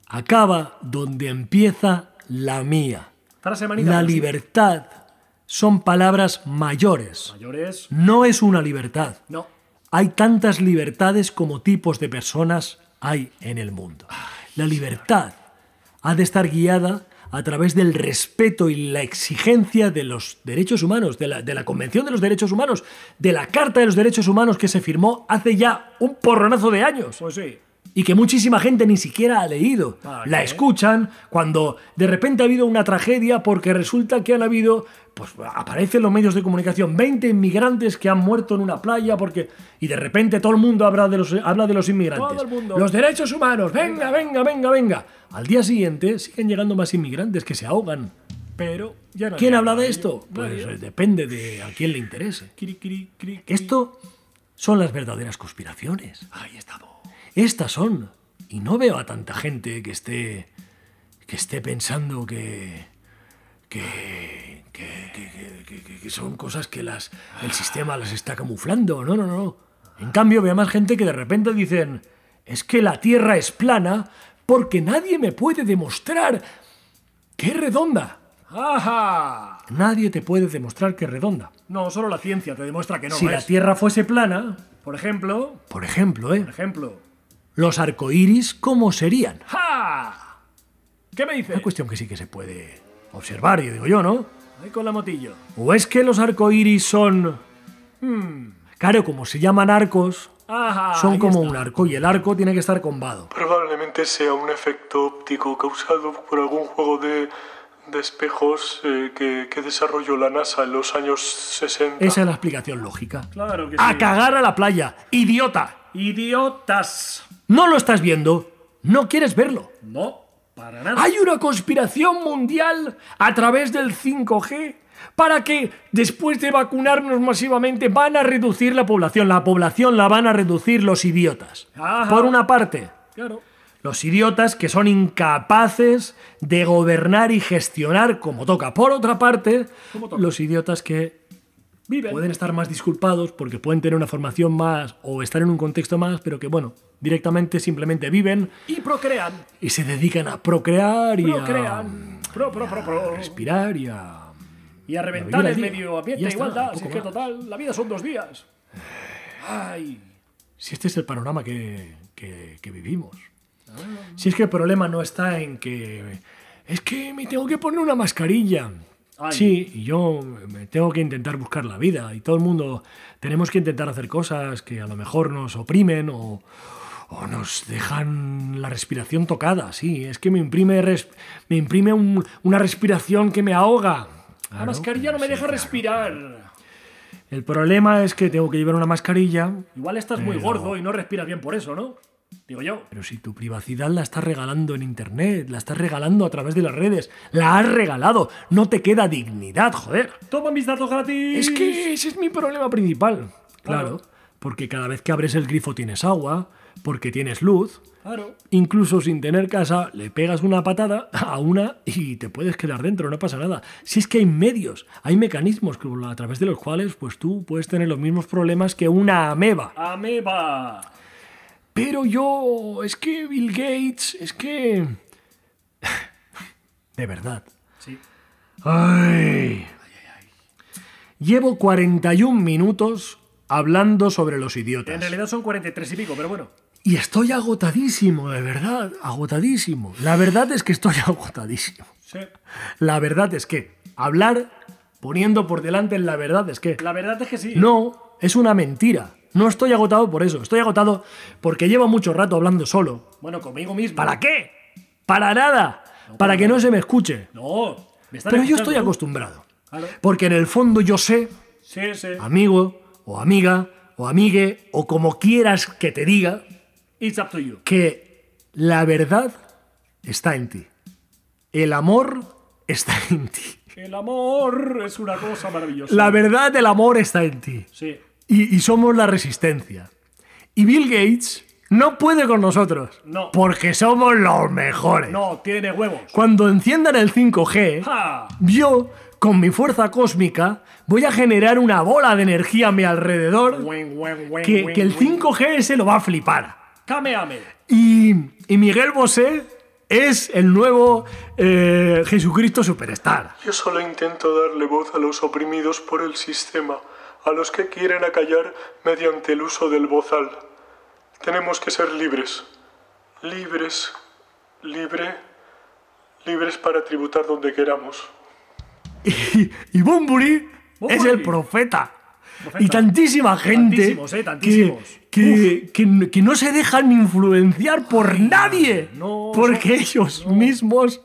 Speaker 1: acaba donde empieza la mía.
Speaker 2: Frase manita.
Speaker 1: La libertad son palabras mayores.
Speaker 2: Mayores.
Speaker 1: No es una libertad.
Speaker 2: No.
Speaker 1: Hay tantas libertades como tipos de personas hay en el mundo. La libertad ha de estar guiada a través del respeto y la exigencia de los derechos humanos, de la, de la Convención de los Derechos Humanos, de la Carta de los Derechos Humanos que se firmó hace ya un porronazo de años.
Speaker 2: Pues sí.
Speaker 1: y que muchísima gente ni siquiera ha leído.
Speaker 2: ¿Para
Speaker 1: La
Speaker 2: qué?
Speaker 1: escuchan cuando de repente ha habido una tragedia porque resulta que han habido, pues aparecen los medios de comunicación, 20 inmigrantes que han muerto en una playa porque... Y de repente todo el mundo habla de los, habla de los inmigrantes.
Speaker 2: Todo el mundo.
Speaker 1: Los derechos humanos, venga, venga, venga, venga. Al día siguiente siguen llegando más inmigrantes que se ahogan.
Speaker 2: Pero ya no
Speaker 1: ¿Quién
Speaker 2: había
Speaker 1: habla de
Speaker 2: nadie.
Speaker 1: esto? Pues
Speaker 2: Nadie.
Speaker 1: eh, depende de a quién le interese.
Speaker 2: Cri, cri, cri, cri.
Speaker 1: Esto son las verdaderas conspiraciones.
Speaker 2: Ahí estamos.
Speaker 1: Estas son. Y no veo a tanta gente que esté. que esté pensando que. que. que, que- que- que- que son cosas que las, el sistema las está camuflando. No, no, no. En cambio, veo más gente que de repente dicen. es que la tierra es plana porque nadie me puede demostrar que es redonda.
Speaker 2: ¡Ajá!
Speaker 1: Nadie te puede demostrar que es redonda.
Speaker 2: No, solo la ciencia te demuestra que no
Speaker 1: si
Speaker 2: lo
Speaker 1: la
Speaker 2: es.
Speaker 1: tierra fuese plana,
Speaker 2: Por ejemplo,
Speaker 1: por ejemplo, ¿eh?
Speaker 2: por ejemplo.
Speaker 1: los arcoíris, ¿cómo serían?
Speaker 2: ¡Ja! ¿Qué me dices?
Speaker 1: Una cuestión que sí que se puede observar, yo digo yo, ¿no?
Speaker 2: Ahí con la motillo.
Speaker 1: ¿O es que los arcoíris son... hmm, Claro, como se llaman arcos,
Speaker 2: ¡Ajá!
Speaker 1: son
Speaker 2: Ah, ahí
Speaker 1: como
Speaker 2: está.
Speaker 1: un arco y el arco tiene que estar combado.
Speaker 3: Probablemente sea un efecto óptico causado por algún juego de, de espejos eh, que, que desarrolló la NASA en los años 60.
Speaker 1: Esa es la explicación lógica.
Speaker 2: Claro que
Speaker 1: A
Speaker 2: sí.
Speaker 1: cagar a la playa, idiota.
Speaker 2: ¡Idiotas!
Speaker 1: No lo estás viendo, no quieres verlo.
Speaker 2: No, para nada.
Speaker 1: Hay una conspiración mundial a través del 5G para que después de vacunarnos masivamente van a reducir la población. La población la van a reducir los idiotas.
Speaker 2: Ajá.
Speaker 1: Por una parte,
Speaker 2: Claro.
Speaker 1: los idiotas que son incapaces de gobernar y gestionar como toca. Por otra parte,
Speaker 2: Como toca.
Speaker 1: los idiotas que
Speaker 2: Viven.
Speaker 1: pueden estar más disculpados porque pueden tener una formación más o estar en un contexto más, pero que bueno, directamente simplemente viven
Speaker 2: Y procrean.
Speaker 1: y se dedican a procrear y a
Speaker 2: Procrean. Pro, pro, pro, pro.
Speaker 1: respirar y a...
Speaker 2: Y a reventar el
Speaker 1: al día.
Speaker 2: medio ambiente.
Speaker 1: Ya está,
Speaker 2: igualdad.
Speaker 1: un
Speaker 2: Si es
Speaker 1: poco
Speaker 2: que
Speaker 1: más.
Speaker 2: total, la vida son dos días. Ay.
Speaker 1: Si este es el panorama que, que- que vivimos. Si es que el problema no está en que... Es que me tengo que poner una mascarilla.
Speaker 2: Ay.
Speaker 1: Sí, y yo me tengo que intentar buscar la vida. Y todo el mundo tenemos que intentar hacer cosas que a lo mejor nos oprimen o, o nos dejan la respiración tocada. Sí, es que me imprime, res- me imprime un- una respiración que me ahoga.
Speaker 2: La
Speaker 1: Claro.
Speaker 2: mascarilla no me deja respirar.
Speaker 1: El problema es que tengo que llevar una mascarilla
Speaker 2: Igual estás muy gordo y no respiras bien por eso, ¿no? Digo yo.
Speaker 1: Pero si tu privacidad la estás regalando en internet, la estás regalando a través de las redes, la has regalado, no te queda dignidad, joder.
Speaker 2: Toma mis datos gratis.
Speaker 1: Es que ese es mi problema principal. Claro,
Speaker 2: Claro.
Speaker 1: porque cada vez que abres el grifo tienes agua, porque tienes luz,
Speaker 2: Claro.
Speaker 1: incluso sin tener casa, le pegas una patada a una y te puedes quedar dentro, no pasa nada. Si es que hay medios, hay mecanismos que- a través de los cuales pues tú puedes tener los mismos problemas que una ameba.
Speaker 2: Ameba.
Speaker 1: Pero yo, es que Bill Gates, es que... De verdad.
Speaker 2: Sí.
Speaker 1: Ay. Llevo 41 minutos hablando sobre los
Speaker 2: En
Speaker 1: idiotas.
Speaker 2: realidad son 43 y pico, pero bueno.
Speaker 1: Y estoy agotadísimo, de verdad, agotadísimo. La verdad es que estoy agotadísimo.
Speaker 2: Sí.
Speaker 1: La verdad es que hablar poniendo por delante la verdad es que...
Speaker 2: La verdad es que sí.
Speaker 1: No, es una mentira. No estoy agotado por eso. Estoy agotado porque llevo mucho rato hablando solo.
Speaker 2: Bueno, conmigo mismo.
Speaker 1: ¿Para qué? Para nada. Para que no se me escuche.
Speaker 2: No. Me están
Speaker 1: Pero yo
Speaker 2: escuchando.
Speaker 1: estoy acostumbrado.
Speaker 2: Claro.
Speaker 1: Porque en el fondo yo sé,
Speaker 2: Sí, sí.
Speaker 1: amigo o amiga o amigue o como quieras que te diga,
Speaker 2: It's up to you.
Speaker 1: que la verdad está en ti. El amor está en ti.
Speaker 2: El amor es una cosa maravillosa.
Speaker 1: La verdad del amor está en ti.
Speaker 2: Sí.
Speaker 1: Y, y somos la resistencia. Y Bill Gates no puede con nosotros.
Speaker 2: No.
Speaker 1: Porque somos los mejores.
Speaker 2: No, tiene huevos.
Speaker 1: Cuando enciendan el 5G,
Speaker 2: ¡Ja!
Speaker 1: Yo, con mi fuerza cósmica, voy a generar una bola de energía a mi alrededor
Speaker 2: Wen, wen, wen,
Speaker 1: que,
Speaker 2: wen,
Speaker 1: que el
Speaker 2: wen.
Speaker 1: 5G se lo va a flipar.
Speaker 2: Kameame.
Speaker 1: Y, y Miguel Bosé es el nuevo eh, Jesucristo Superstar.
Speaker 3: Yo solo intento darle voz a los oprimidos por el sistema, a los que quieren acallar mediante el uso del bozal. Tenemos que ser libres. Libres. Libre. Libres para tributar donde queramos.
Speaker 1: Y, y Bunbury es
Speaker 2: Bunbury.
Speaker 1: el profeta. y tantísima gente
Speaker 2: Tantísimos, eh,
Speaker 1: que-
Speaker 2: tantísimos.
Speaker 1: Que, que- que no se dejan influenciar por nadie,
Speaker 2: no, Eh.
Speaker 1: porque ellos mismos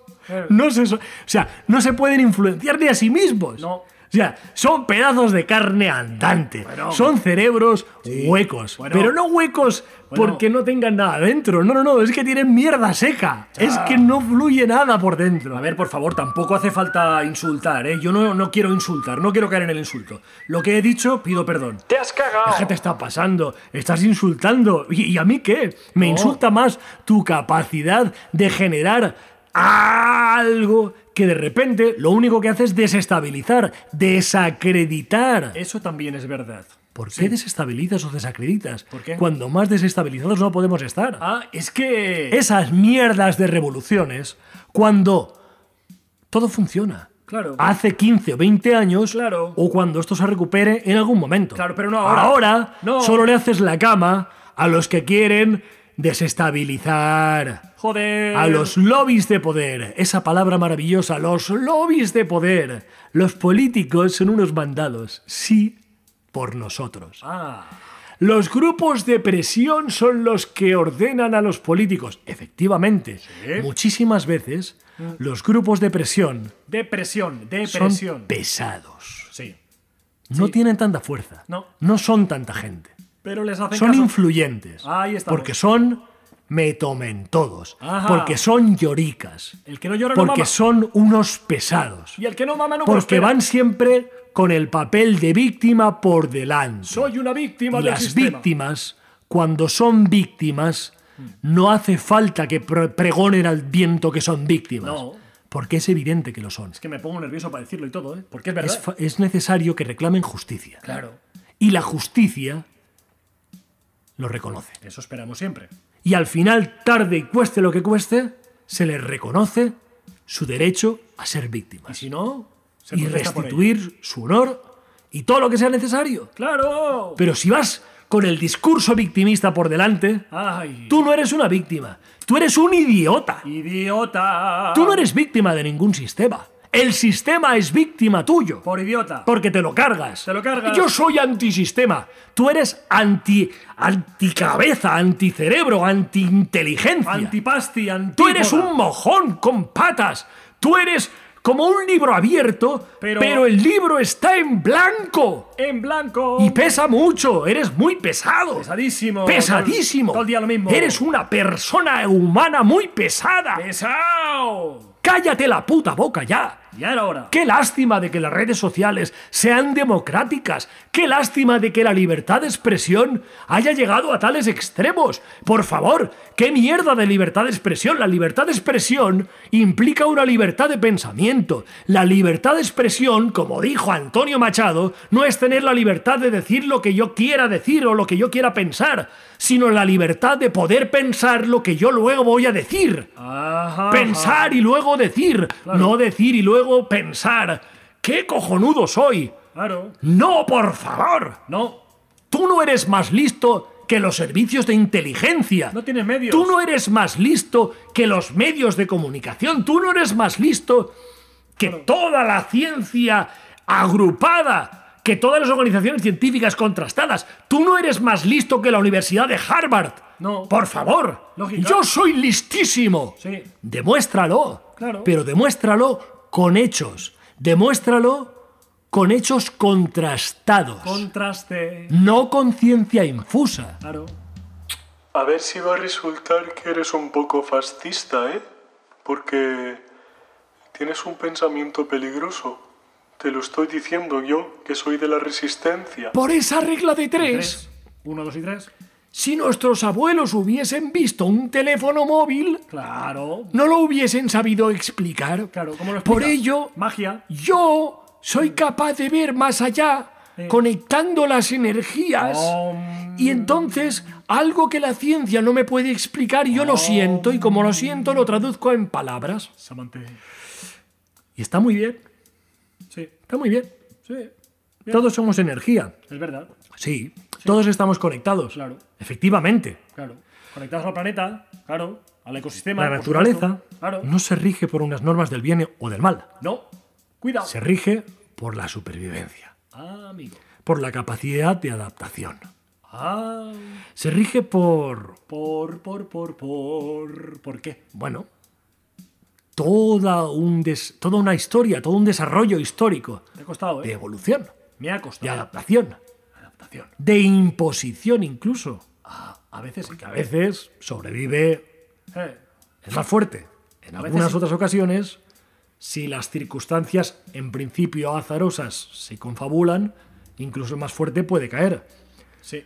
Speaker 1: no se, so- o sea, no se pueden influenciar ni a sí mismos.
Speaker 2: No.
Speaker 1: O sea, son pedazos de carne andante,
Speaker 2: Bueno.
Speaker 1: son cerebros huecos,
Speaker 2: Bueno.
Speaker 1: pero no huecos
Speaker 2: Bueno.
Speaker 1: porque no tengan nada dentro. No, no, no, es que tienen mierda seca, es que no fluye nada por dentro.
Speaker 2: A ver, por favor, tampoco hace falta insultar, ¿eh? Yo no, no quiero insultar, no quiero caer en el insulto. Lo que he dicho, pido perdón.
Speaker 3: ¡Te has
Speaker 1: ¿Qué te
Speaker 3: cagado!
Speaker 1: está pasando? Estás insultando. ¿Y, y a mí qué? Me
Speaker 2: Oh.
Speaker 1: insulta más tu capacidad de generar algo que de repente lo único que hace es desestabilizar, desacreditar.
Speaker 2: Eso también es verdad.
Speaker 1: ¿Por qué desestabilizas o desacreditas?
Speaker 2: ¿Por qué?
Speaker 1: Cuando más desestabilizados no podemos estar.
Speaker 2: Ah, es que...
Speaker 1: Esas mierdas de revoluciones, cuando todo funciona.
Speaker 2: Claro.
Speaker 1: Hace 15 o 20 años,
Speaker 2: Claro.
Speaker 1: o cuando esto se recupere en algún momento.
Speaker 2: Claro, pero no ahora.
Speaker 1: Ahora
Speaker 2: No.
Speaker 1: solo le haces la cama a los que quieren desestabilizar.
Speaker 2: Joder.
Speaker 1: A los lobbies de poder, esa palabra maravillosa, los lobbies de poder. Los políticos son unos mandados, sí, por nosotros.
Speaker 2: Ah,
Speaker 1: Los grupos de presión son los que ordenan a los políticos. Efectivamente, muchísimas veces los grupos de presión
Speaker 2: depresión,
Speaker 1: son
Speaker 2: depresión.
Speaker 1: pesados.
Speaker 2: sí.
Speaker 1: No tienen tanta fuerza.
Speaker 2: No.
Speaker 1: son tanta gente.
Speaker 2: Pero les hacen
Speaker 1: Son
Speaker 2: caso.
Speaker 1: influyentes.
Speaker 2: Ahí estamos.
Speaker 1: Porque son me tomen todos.
Speaker 2: Ajá.
Speaker 1: Porque son lloricas.
Speaker 2: El que no llora no
Speaker 1: Porque
Speaker 2: mama.
Speaker 1: son unos pesados.
Speaker 2: Y el que no mama no
Speaker 1: Porque
Speaker 2: prospera.
Speaker 1: van siempre con el papel de víctima por delante.
Speaker 2: Soy una víctima
Speaker 1: Y
Speaker 2: del
Speaker 1: las
Speaker 2: sistema.
Speaker 1: víctimas, cuando son víctimas, no hace falta que pre- pregonen al viento que son víctimas.
Speaker 2: No.
Speaker 1: Porque es evidente que lo son.
Speaker 2: Es que me pongo nervioso para decirlo y todo, ¿eh? Porque es verdad.
Speaker 1: Es, fa- es necesario que reclamen justicia.
Speaker 2: Claro.
Speaker 1: Y la justicia lo reconoce.
Speaker 2: Eso esperamos siempre.
Speaker 1: Y al final, tarde y cueste lo que cueste, se les reconoce su derecho a ser
Speaker 2: Y
Speaker 1: víctimas.
Speaker 2: si no, se
Speaker 1: Y
Speaker 2: protesta por ello.
Speaker 1: restituir su honor y todo lo que sea necesario.
Speaker 2: ¡Claro!
Speaker 1: Pero si vas con el discurso victimista por delante,
Speaker 2: ¡Ay!
Speaker 1: Tú no eres una víctima, tú eres un idiota.
Speaker 2: ¡Idiota!
Speaker 1: Tú no eres víctima de ningún sistema. El sistema es víctima tuyo.
Speaker 2: Por idiota.
Speaker 1: Porque te lo cargas.
Speaker 2: Te lo cargas.
Speaker 1: Yo soy antisistema. Tú eres anti. anticabeza, anticerebro, antiinteligencia.
Speaker 2: Antipasti, antípoda.
Speaker 1: Tú eres un mojón con patas. Tú eres como un libro abierto,
Speaker 2: Pero-
Speaker 1: pero el libro está en blanco.
Speaker 2: En blanco.
Speaker 1: Y pesa mucho, eres muy pesado.
Speaker 2: Pesadísimo.
Speaker 1: Pesadísimo.
Speaker 2: Todo el día lo mismo.
Speaker 1: Eres una persona humana muy pesada.
Speaker 2: ¡Pesao!
Speaker 1: Cállate la puta boca ya.
Speaker 2: Ya era hora.
Speaker 1: Qué lástima de que las redes sociales sean democráticas. Qué lástima de que la libertad de expresión haya llegado a tales extremos. Por favor, qué mierda de libertad de expresión. La libertad de expresión implica una libertad de pensamiento. La libertad de expresión, como dijo Antonio Machado, no es tener la libertad de decir lo que yo quiera decir o lo que yo quiera pensar, sino la libertad de poder pensar lo que yo luego voy a decir
Speaker 2: Ajá.
Speaker 1: pensar y luego decir, no decir y luego pensar. ¡Qué cojonudo soy!
Speaker 2: Claro.
Speaker 1: No, por favor.
Speaker 2: No.
Speaker 1: Tú no eres más listo que los servicios de inteligencia.
Speaker 2: No tienes medios.
Speaker 1: Tú no eres más listo que los medios de comunicación. Tú no eres más listo que toda la ciencia agrupada, que todas las organizaciones científicas contrastadas. Tú no eres más listo que la Universidad de Harvard.
Speaker 2: No.
Speaker 1: Por favor.
Speaker 2: Lógica.
Speaker 1: Yo soy listísimo.
Speaker 2: Sí.
Speaker 1: Demuéstralo.
Speaker 2: Claro.
Speaker 1: Pero demuéstralo con hechos. Demuéstralo con hechos contrastados.
Speaker 2: Contraste.
Speaker 1: No con ciencia infusa.
Speaker 2: Claro.
Speaker 3: A ver si va a resultar que eres un poco fascista, ¿eh? Porque tienes un pensamiento peligroso. Te lo estoy diciendo yo, que soy de la resistencia.
Speaker 1: Por esa regla de tres,
Speaker 2: Tres. Uno, dos y tres.
Speaker 1: si nuestros abuelos hubiesen visto un teléfono móvil,
Speaker 2: Claro.
Speaker 1: no lo hubiesen sabido explicar.
Speaker 2: Claro. ¿Cómo lo
Speaker 1: Por
Speaker 2: explica?
Speaker 1: ello,
Speaker 2: Magia.
Speaker 1: yo soy capaz de ver más allá, conectando las energías.
Speaker 2: Oh. Om.
Speaker 1: Y entonces, algo que la ciencia no me puede explicar, yo
Speaker 2: Oh.
Speaker 1: lo siento, y como lo siento, lo traduzco en palabras.
Speaker 2: Samante.
Speaker 1: Y está muy bien,
Speaker 2: Sí.
Speaker 1: está muy bien.
Speaker 2: Sí.
Speaker 1: Todos somos energía.
Speaker 2: Es verdad.
Speaker 1: Sí, todos estamos conectados.
Speaker 2: Claro.
Speaker 1: Efectivamente.
Speaker 2: Claro. Conectados al planeta, claro, al ecosistema.
Speaker 1: La
Speaker 2: por
Speaker 1: naturaleza
Speaker 2: supuesto. Claro.
Speaker 1: no se rige por unas normas del bien o del mal.
Speaker 2: No. Cuidado.
Speaker 1: Se rige por la supervivencia.
Speaker 2: Amigo.
Speaker 1: por la capacidad de adaptación.
Speaker 2: Ah,
Speaker 1: Se rige por,
Speaker 2: por, por, por, por. ¿Por qué?
Speaker 1: bueno, toda, un des- toda una historia, todo un desarrollo histórico
Speaker 2: Me ha costado,
Speaker 1: de
Speaker 2: ¿eh?
Speaker 1: evolución,
Speaker 2: Me ha
Speaker 1: de
Speaker 2: costado.
Speaker 1: adaptación,
Speaker 2: Adaptación.
Speaker 1: de imposición incluso,
Speaker 2: Ah, a veces sí.
Speaker 1: que a veces sobrevive,
Speaker 2: Eh,
Speaker 1: es más fuerte. En
Speaker 2: A veces
Speaker 1: algunas
Speaker 2: sí.
Speaker 1: otras ocasiones, si las circunstancias en principio azarosas se confabulan, incluso el más fuerte puede caer.
Speaker 2: sí.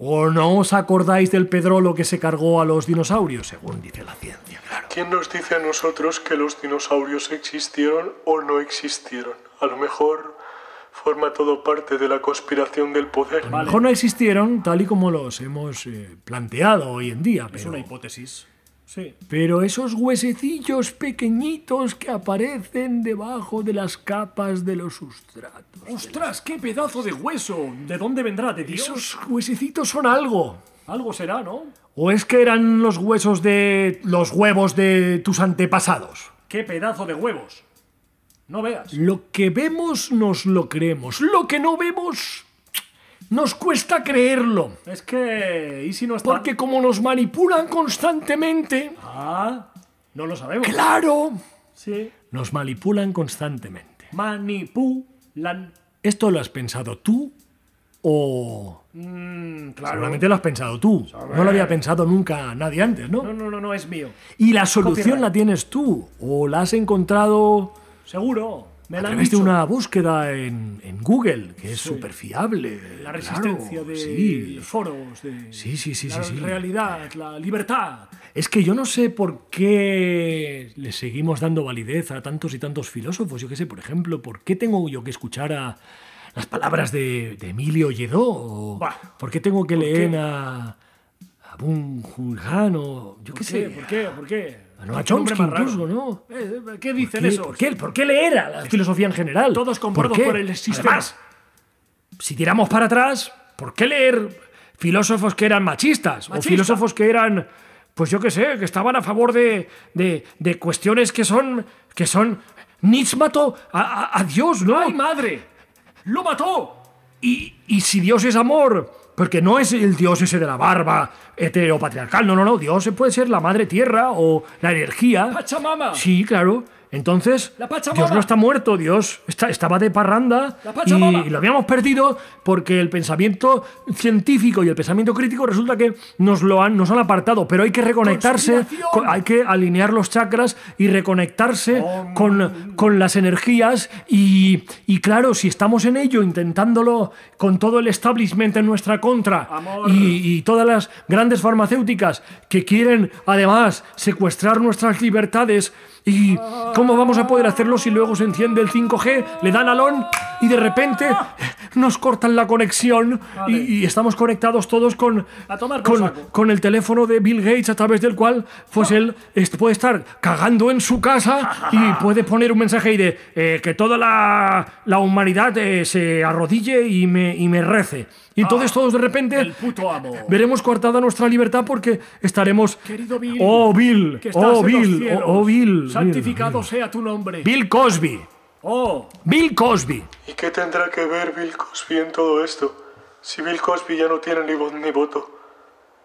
Speaker 1: ¿O no os acordáis del pedrolo que se cargó a los dinosaurios, según dice la ciencia? Claro.
Speaker 3: ¿Quién nos dice a nosotros que los dinosaurios existieron o no existieron? A lo mejor forma todo parte de la conspiración del poder.
Speaker 1: A lo mejor no existieron tal y como los hemos eh, planteado hoy en día,
Speaker 2: Es
Speaker 1: pero,
Speaker 2: una hipótesis. Sí.
Speaker 1: pero esos huesecillos pequeñitos que aparecen debajo de las capas de los sustratos.
Speaker 2: ¡Ostras, qué pedazo de hueso! ¿De dónde vendrá? ¿De Dios?
Speaker 1: Esos huesecitos son algo.
Speaker 2: Algo será, ¿no?
Speaker 1: ¿O es que eran los huesos de los huevos de tus antepasados?
Speaker 2: ¡Qué pedazo de huevos! No veas.
Speaker 1: Lo que vemos nos lo creemos. Lo que no vemos nos cuesta creerlo.
Speaker 2: Es que... ¿Y si no está...?
Speaker 1: Porque como nos manipulan constantemente,
Speaker 2: Ah, no lo sabemos.
Speaker 1: claro,
Speaker 2: Sí.
Speaker 1: nos manipulan constantemente.
Speaker 2: Manipulan.
Speaker 1: ¿Esto lo has pensado tú o...?
Speaker 2: Mm, claro.
Speaker 1: Seguramente lo has pensado tú. No lo había pensado nunca nadie antes,
Speaker 2: No,
Speaker 1: ¿no?
Speaker 2: no, no, no, es mío.
Speaker 1: Y la solución
Speaker 2: Copyright.
Speaker 1: la tienes tú o la has encontrado
Speaker 2: Seguro. Me
Speaker 1: a
Speaker 2: la han
Speaker 1: través de
Speaker 2: dicho.
Speaker 1: una búsqueda en, en Google, que es súper fiable.
Speaker 2: La resistencia de foros, de
Speaker 1: Sí, sí, sí,
Speaker 2: la
Speaker 1: sí, sí.
Speaker 2: realidad, la libertad.
Speaker 1: Es que yo no sé por qué le seguimos dando validez a tantos y tantos filósofos. Yo qué sé, por ejemplo, ¿por qué tengo yo que escuchar a las palabras de, de Emilio Lledó? ¿O
Speaker 2: Bah.
Speaker 1: ¿Por qué tengo que leer
Speaker 2: qué?
Speaker 1: a, a Bunjulhan o yo qué
Speaker 2: ¿Por
Speaker 1: sé?
Speaker 2: qué? ¿Por qué? ¿Por qué?
Speaker 1: A Noam
Speaker 2: ¿Por qué nombre
Speaker 1: Chomsky
Speaker 2: más raro?
Speaker 1: incluso, ¿no?
Speaker 2: Eh, eh, ¿Qué dicen
Speaker 1: ¿Qué?
Speaker 2: eso?
Speaker 1: ¿Por qué? ¿Por qué leer a la filosofía en general?
Speaker 2: Todos comprados
Speaker 1: qué?
Speaker 2: por el sistema.
Speaker 1: Además, si tiramos para atrás, ¿por qué leer filósofos que eran machistas? O
Speaker 2: Machista.
Speaker 1: filósofos que eran, pues yo qué sé, que estaban a favor de, de- de cuestiones que son, que son nísmato a, a- a Dios, ¿no?
Speaker 2: ¡Ay, madre! ¡Lo mató!
Speaker 1: Y, y si Dios es amor, porque no es el Dios ese de la barba heteropatriarcal, no, no, no, Dios puede ser la madre tierra o la energía.
Speaker 2: ¡Pachamama!
Speaker 1: Sí, claro. Entonces,
Speaker 2: La Pachamama.
Speaker 1: Dios no está muerto, Dios está- estaba de parranda
Speaker 2: La
Speaker 1: y,
Speaker 2: Pachamama.
Speaker 1: y lo habíamos perdido porque el pensamiento científico y el pensamiento crítico resulta que nos lo han, nos han apartado, pero hay que reconectarse,
Speaker 2: Conspiración.
Speaker 1: con- hay que alinear los chakras y reconectarse
Speaker 2: Oh,
Speaker 1: con, con las energías y, y claro, si estamos en ello, intentándolo con todo el establishment en nuestra contra
Speaker 2: Amor.
Speaker 1: y, y todas las grandes farmacéuticas que quieren además secuestrar nuestras libertades y cómo vamos a poder hacerlo si luego se enciende el 5G, le dan al on y de repente
Speaker 2: Ah.
Speaker 1: nos cortan la conexión y, y estamos conectados todos con,
Speaker 2: A tomar por
Speaker 1: con,
Speaker 2: saco.
Speaker 1: con el teléfono de Bill Gates a través del cual pues él est- puede estar cagando en su casa y puede poner un mensaje ahí de eh, que toda la, la humanidad eh, se arrodille y me, y me rece. Y entonces todos de repente
Speaker 2: ¡El puto amo!
Speaker 1: Veremos coartada nuestra libertad porque estaremos.
Speaker 2: Querido Bill,
Speaker 1: Oh, Bill.
Speaker 2: Que estás
Speaker 1: Oh,
Speaker 2: en los
Speaker 1: Bill.
Speaker 2: cielos,
Speaker 1: Oh, oh, Bill.
Speaker 2: Santificado sea tu nombre.
Speaker 1: Bill. Bill Cosby.
Speaker 2: ¡Oh!
Speaker 1: Bill Cosby.
Speaker 3: ¿Y qué tendrá que ver Bill Cosby en todo esto? Si Bill Cosby ya no tiene ni voz ni voto.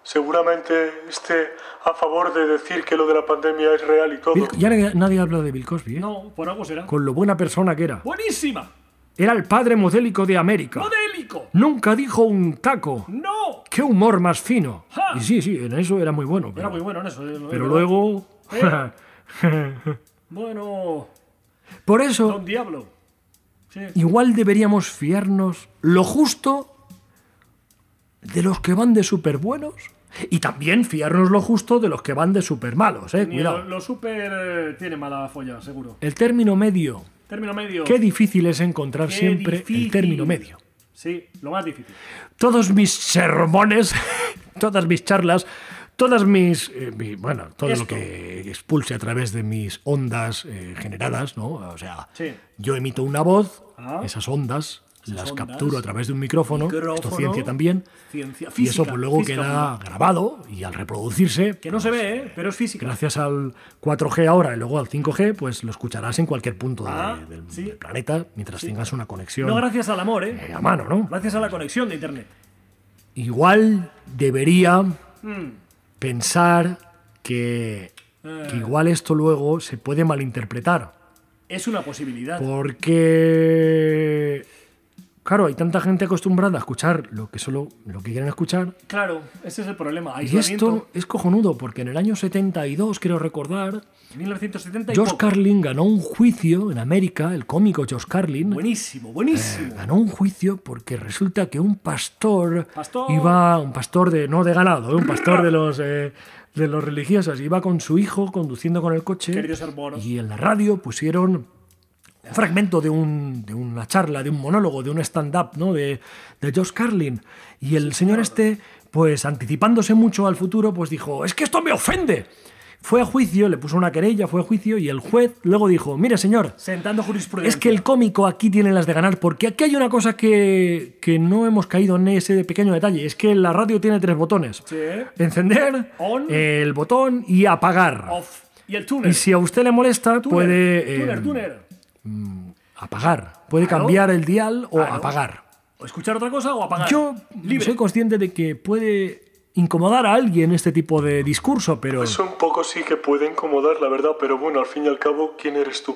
Speaker 3: Seguramente esté a favor de decir que lo de la pandemia es real y todo.
Speaker 1: Bill- ya na- nadie habla de Bill Cosby, ¿eh?
Speaker 2: No, por algo será.
Speaker 1: Con lo buena persona que era.
Speaker 2: ¡Buenísima!
Speaker 1: Era el padre modélico de América.
Speaker 2: ¡Modélico!
Speaker 1: Nunca dijo un taco.
Speaker 2: ¡No!
Speaker 1: ¡Qué humor más fino!
Speaker 2: Ja.
Speaker 1: Y sí, sí, en eso era muy bueno. Pero,
Speaker 2: Era muy bueno en eso. eh, lo-
Speaker 1: pero
Speaker 2: eh,
Speaker 1: luego.
Speaker 2: Eh. Bueno,
Speaker 1: Por eso,
Speaker 2: Don Diablo. Sí.
Speaker 1: igual deberíamos fiarnos lo justo de los que van de súper buenos y también fiarnos lo justo de los que van de súper malos, eh.
Speaker 2: Ni lo,
Speaker 1: Cuidado.
Speaker 2: lo super eh, tiene mala folla, seguro.
Speaker 1: El término medio.
Speaker 2: Término medio.
Speaker 1: Qué difícil es encontrar
Speaker 2: Qué
Speaker 1: siempre el
Speaker 2: difícil.
Speaker 1: término medio.
Speaker 2: Sí, lo más difícil.
Speaker 1: Todos mis sermones, todas mis charlas, todas mis. eh, mi- bueno, todo lo
Speaker 2: Esto.
Speaker 1: que expulse a través de mis ondas eh, generadas, ¿no? O sea,
Speaker 2: Sí.
Speaker 1: yo emito una voz,
Speaker 2: Ah.
Speaker 1: esas ondas las
Speaker 2: ondas,
Speaker 1: capturo a través de un micrófono, esto
Speaker 2: micrófono,
Speaker 1: es ciencia también,
Speaker 2: ciencia
Speaker 1: y eso
Speaker 2: física,
Speaker 1: pues luego
Speaker 2: física
Speaker 1: queda grabado y al reproducirse, pues,
Speaker 2: Que no se ve, ¿eh? pero es física.
Speaker 1: gracias al 4G ahora y luego al 5G, pues lo escucharás en cualquier punto de-
Speaker 2: Ah,
Speaker 1: del,
Speaker 2: sí.
Speaker 1: del planeta mientras tengas una conexión
Speaker 2: No gracias al amor, ¿eh?
Speaker 1: eh, a mano, ¿no?
Speaker 2: Gracias a la conexión de internet.
Speaker 1: Igual debería pensar que, que igual esto luego se puede malinterpretar.
Speaker 2: Es una posibilidad.
Speaker 1: Porque. Claro, hay tanta gente acostumbrada a escuchar lo que solo lo que quieren escuchar.
Speaker 2: Claro, ese es el problema.
Speaker 1: Y
Speaker 2: Aislamiento.
Speaker 1: esto es cojonudo, porque en el año 72, quiero recordar,
Speaker 2: 1970 y
Speaker 1: George
Speaker 2: poco.
Speaker 1: Carlin ganó un juicio en América, el cómico George Carlin,
Speaker 2: Buenísimo, buenísimo.
Speaker 1: ganó un juicio porque resulta que un pastor,
Speaker 2: Pastor.
Speaker 1: iba un pastor de no de ganado ¿eh? un pastor de los eh, de los religiosos iba con su hijo conduciendo con el coche
Speaker 2: Querido ser moro.
Speaker 1: y en la radio pusieron un fragmento de, un- de una charla de un monólogo de un stand up no de de Josh Carlin y el señor este pues anticipándose mucho al futuro pues dijo es que esto me ofende fue a juicio, le puso una querella, fue a juicio y el juez luego dijo, mire señor,
Speaker 2: Sentando jurisprudencia.
Speaker 1: es que el cómico aquí tiene las de ganar, porque aquí hay una cosa que, que no hemos caído en ese pequeño detalle, es que la radio tiene tres botones.
Speaker 2: Sí.
Speaker 1: Encender,
Speaker 2: On.
Speaker 1: el botón y apagar.
Speaker 2: Off. Y el túnel.
Speaker 1: Y si a usted le molesta,
Speaker 2: Túnel,
Speaker 1: puede
Speaker 2: túnel,
Speaker 1: eh,
Speaker 2: túnel.
Speaker 1: apagar. Puede
Speaker 2: Claro.
Speaker 1: cambiar el dial o
Speaker 2: Claro.
Speaker 1: apagar.
Speaker 2: O escuchar otra cosa o apagar.
Speaker 1: Yo
Speaker 2: Libre.
Speaker 1: soy consciente de que puede incomodar a alguien este tipo de discurso, pero...
Speaker 3: Eso un poco sí que puede incomodar, la verdad, pero bueno, al fin y al cabo, ¿quién eres tú?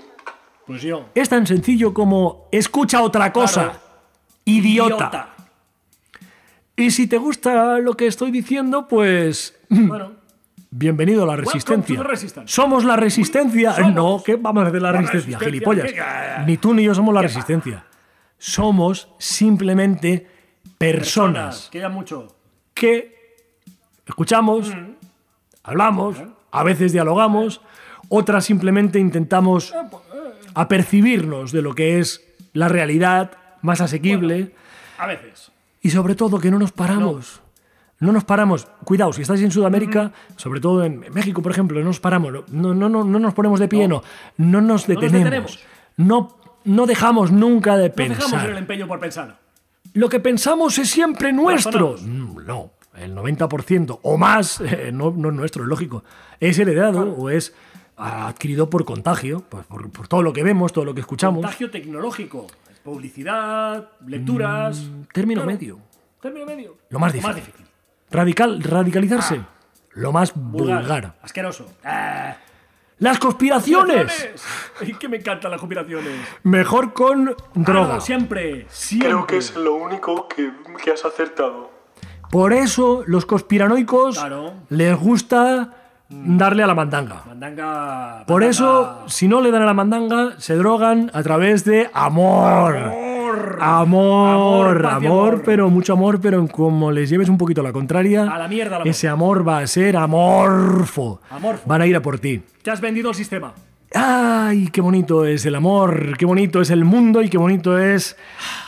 Speaker 2: Pues yo.
Speaker 1: Es tan sencillo como escucha otra cosa,
Speaker 2: Claro.
Speaker 1: idiota. Y si te gusta lo que estoy diciendo, pues
Speaker 2: Bueno.
Speaker 1: bienvenido a la
Speaker 2: to
Speaker 1: resistencia.
Speaker 2: the resistance.
Speaker 1: Somos la resistencia.
Speaker 2: Somos.
Speaker 1: No, ¿qué vamos a hacer la resistencia,
Speaker 2: resistencia,
Speaker 1: gilipollas?
Speaker 2: ¿qué?
Speaker 1: Ni tú ni yo somos la resistencia. Somos simplemente personas
Speaker 2: Queda mucho.
Speaker 1: que escuchamos, hablamos, a veces dialogamos, otras simplemente intentamos apercibirnos de lo que es la realidad más asequible.
Speaker 2: A veces.
Speaker 1: Y sobre todo que no nos paramos. No. nos paramos. Cuidado, si estáis en Sudamérica, sobre todo en México, por ejemplo, no nos paramos. No, no, no, no nos ponemos de pie, no. No, nos detenemos. No,
Speaker 2: detenemos.
Speaker 1: No, dejamos nunca de
Speaker 2: No dejamos en el
Speaker 1: pensar.
Speaker 2: empeño por pensar.
Speaker 1: Lo que pensamos es siempre nuestro.
Speaker 2: Razonamos.
Speaker 1: Mm, No, el 90% o más, eh, no, no es nuestro, es lógico. Es heredado o es adquirido por contagio, pues, por, por todo lo que vemos, todo lo que escuchamos.
Speaker 2: Contagio tecnológico. Publicidad, lecturas.
Speaker 1: Término
Speaker 2: Claro.
Speaker 1: medio.
Speaker 2: Término medio.
Speaker 1: Mm. Lo más
Speaker 2: Más
Speaker 1: difícil.
Speaker 2: difícil.
Speaker 1: Radical, radicalizarse.
Speaker 2: Ah.
Speaker 1: Lo más vulgar.
Speaker 2: Asqueroso. Ah,
Speaker 1: Las conspiraciones.
Speaker 2: ¡Conspiraciones! Ay, que me encantan las conspiraciones.
Speaker 1: Mejor
Speaker 2: Ah,
Speaker 1: con droga.
Speaker 2: Claro, siempre. Siempre.
Speaker 3: Creo que es lo único que, que has acertado.
Speaker 1: Por eso los conspiranoicos
Speaker 2: Claro. Mm.
Speaker 1: les gusta darle a la mandanga.
Speaker 2: Mandanga.
Speaker 1: Por
Speaker 2: mandanga.
Speaker 1: eso, si no le dan a la mandanga, se drogan a través de amor. Amor, amor,
Speaker 2: Amor, paz y amor.
Speaker 1: pero mucho amor, pero como les lleves un poquito la contraria,
Speaker 2: A la mierda el amor.
Speaker 1: ese amor va a ser amorfo.
Speaker 2: Amorfo.
Speaker 1: Van a ir a por ti.
Speaker 2: Te has vendido el sistema.
Speaker 1: ¡Ay, qué bonito es el amor! ¡Qué bonito es el mundo y qué bonito es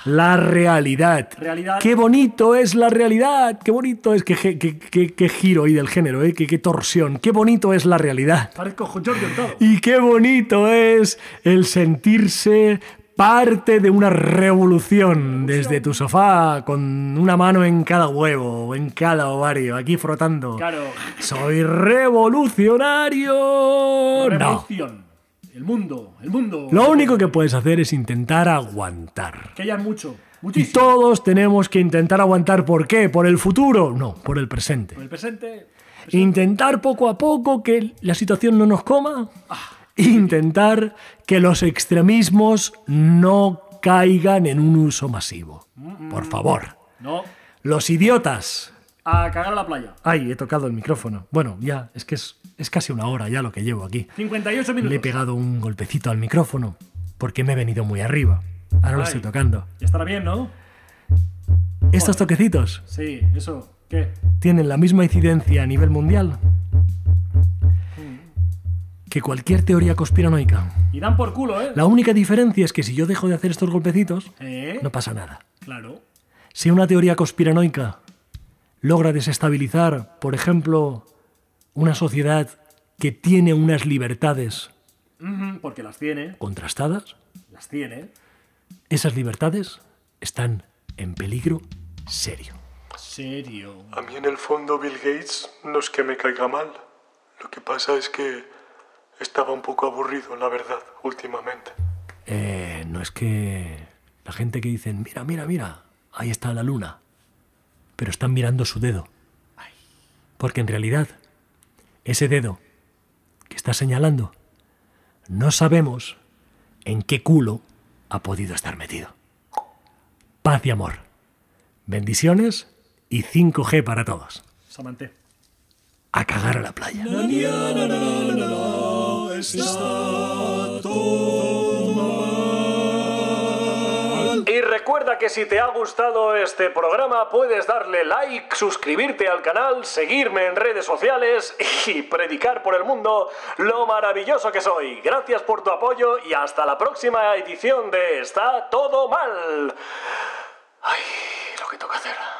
Speaker 1: la realidad!
Speaker 2: Realidad.
Speaker 1: ¡Qué bonito es la realidad! ¡Qué bonito es! ¡Qué, ge- qué- qué- qué giro ahí del género! ¿eh? Qué, qué torsión! ¡Qué bonito es la realidad!
Speaker 2: Parezco Jordi Hurtado.
Speaker 1: Y qué bonito es el sentirse parte de una revolución desde tu sofá con una mano en cada huevo o en cada ovario, aquí frotando.
Speaker 2: Claro.
Speaker 1: Soy revolucionario. No.
Speaker 2: Revolución. El mundo. El mundo.
Speaker 1: Lo único que puedes hacer es intentar aguantar.
Speaker 2: Que haya mucho.
Speaker 1: Y
Speaker 2: Muchísimo.
Speaker 1: todos tenemos que intentar aguantar. ¿Por qué? ¿Por el futuro? No, por el presente.
Speaker 2: El presente.
Speaker 1: Intentar poco a poco que la situación no nos coma.
Speaker 2: Ah.
Speaker 1: Intentar que los extremismos no caigan en un uso masivo. Por favor.
Speaker 2: No.
Speaker 1: Los idiotas.
Speaker 2: A cagar a la playa.
Speaker 1: Ay, he tocado el micrófono. Bueno, ya, es que es, es casi una hora ya lo que llevo aquí.
Speaker 2: 58
Speaker 1: Le he
Speaker 2: minutos.
Speaker 1: pegado un golpecito al micrófono porque me he venido muy arriba. Ahora lo
Speaker 2: Ay.
Speaker 1: estoy tocando.
Speaker 2: Ya estará bien, ¿no?
Speaker 1: Estos toquecitos
Speaker 2: Sí, eso. ¿Qué?
Speaker 1: tienen la misma incidencia a nivel mundial que cualquier teoría conspiranoica.
Speaker 2: Y dan por culo, ¿eh?
Speaker 1: La única diferencia es que si yo dejo de hacer estos golpecitos,
Speaker 2: ¿Eh?
Speaker 1: no pasa nada.
Speaker 2: Claro.
Speaker 1: Si una teoría conspiranoica logra desestabilizar, por ejemplo, una sociedad que tiene unas libertades
Speaker 2: Ujú, Porque las tiene.
Speaker 1: contrastadas,
Speaker 2: Las tiene.
Speaker 1: esas libertades están en peligro serio.
Speaker 2: Serio.
Speaker 3: A mí en el fondo Bill Gates no es que me caiga mal. Lo que pasa es que estaba un poco aburrido, la verdad, últimamente.
Speaker 1: Eh, no es que la gente que dicen, mira, mira, mira, ahí está la luna, pero están mirando su dedo. Porque en realidad, ese dedo que está señalando, no sabemos en qué culo ha podido estar metido. Paz y amor. Bendiciones y 5G para todos.
Speaker 2: Samante.
Speaker 1: A cagar a la playa.
Speaker 2: Y recuerda que si te ha gustado este programa puedes darle like, suscribirte al canal, seguirme en redes sociales y predicar por el mundo lo maravilloso que soy. Gracias por tu apoyo y hasta la próxima edición de Está todo mal. Ay, lo que toca hacer.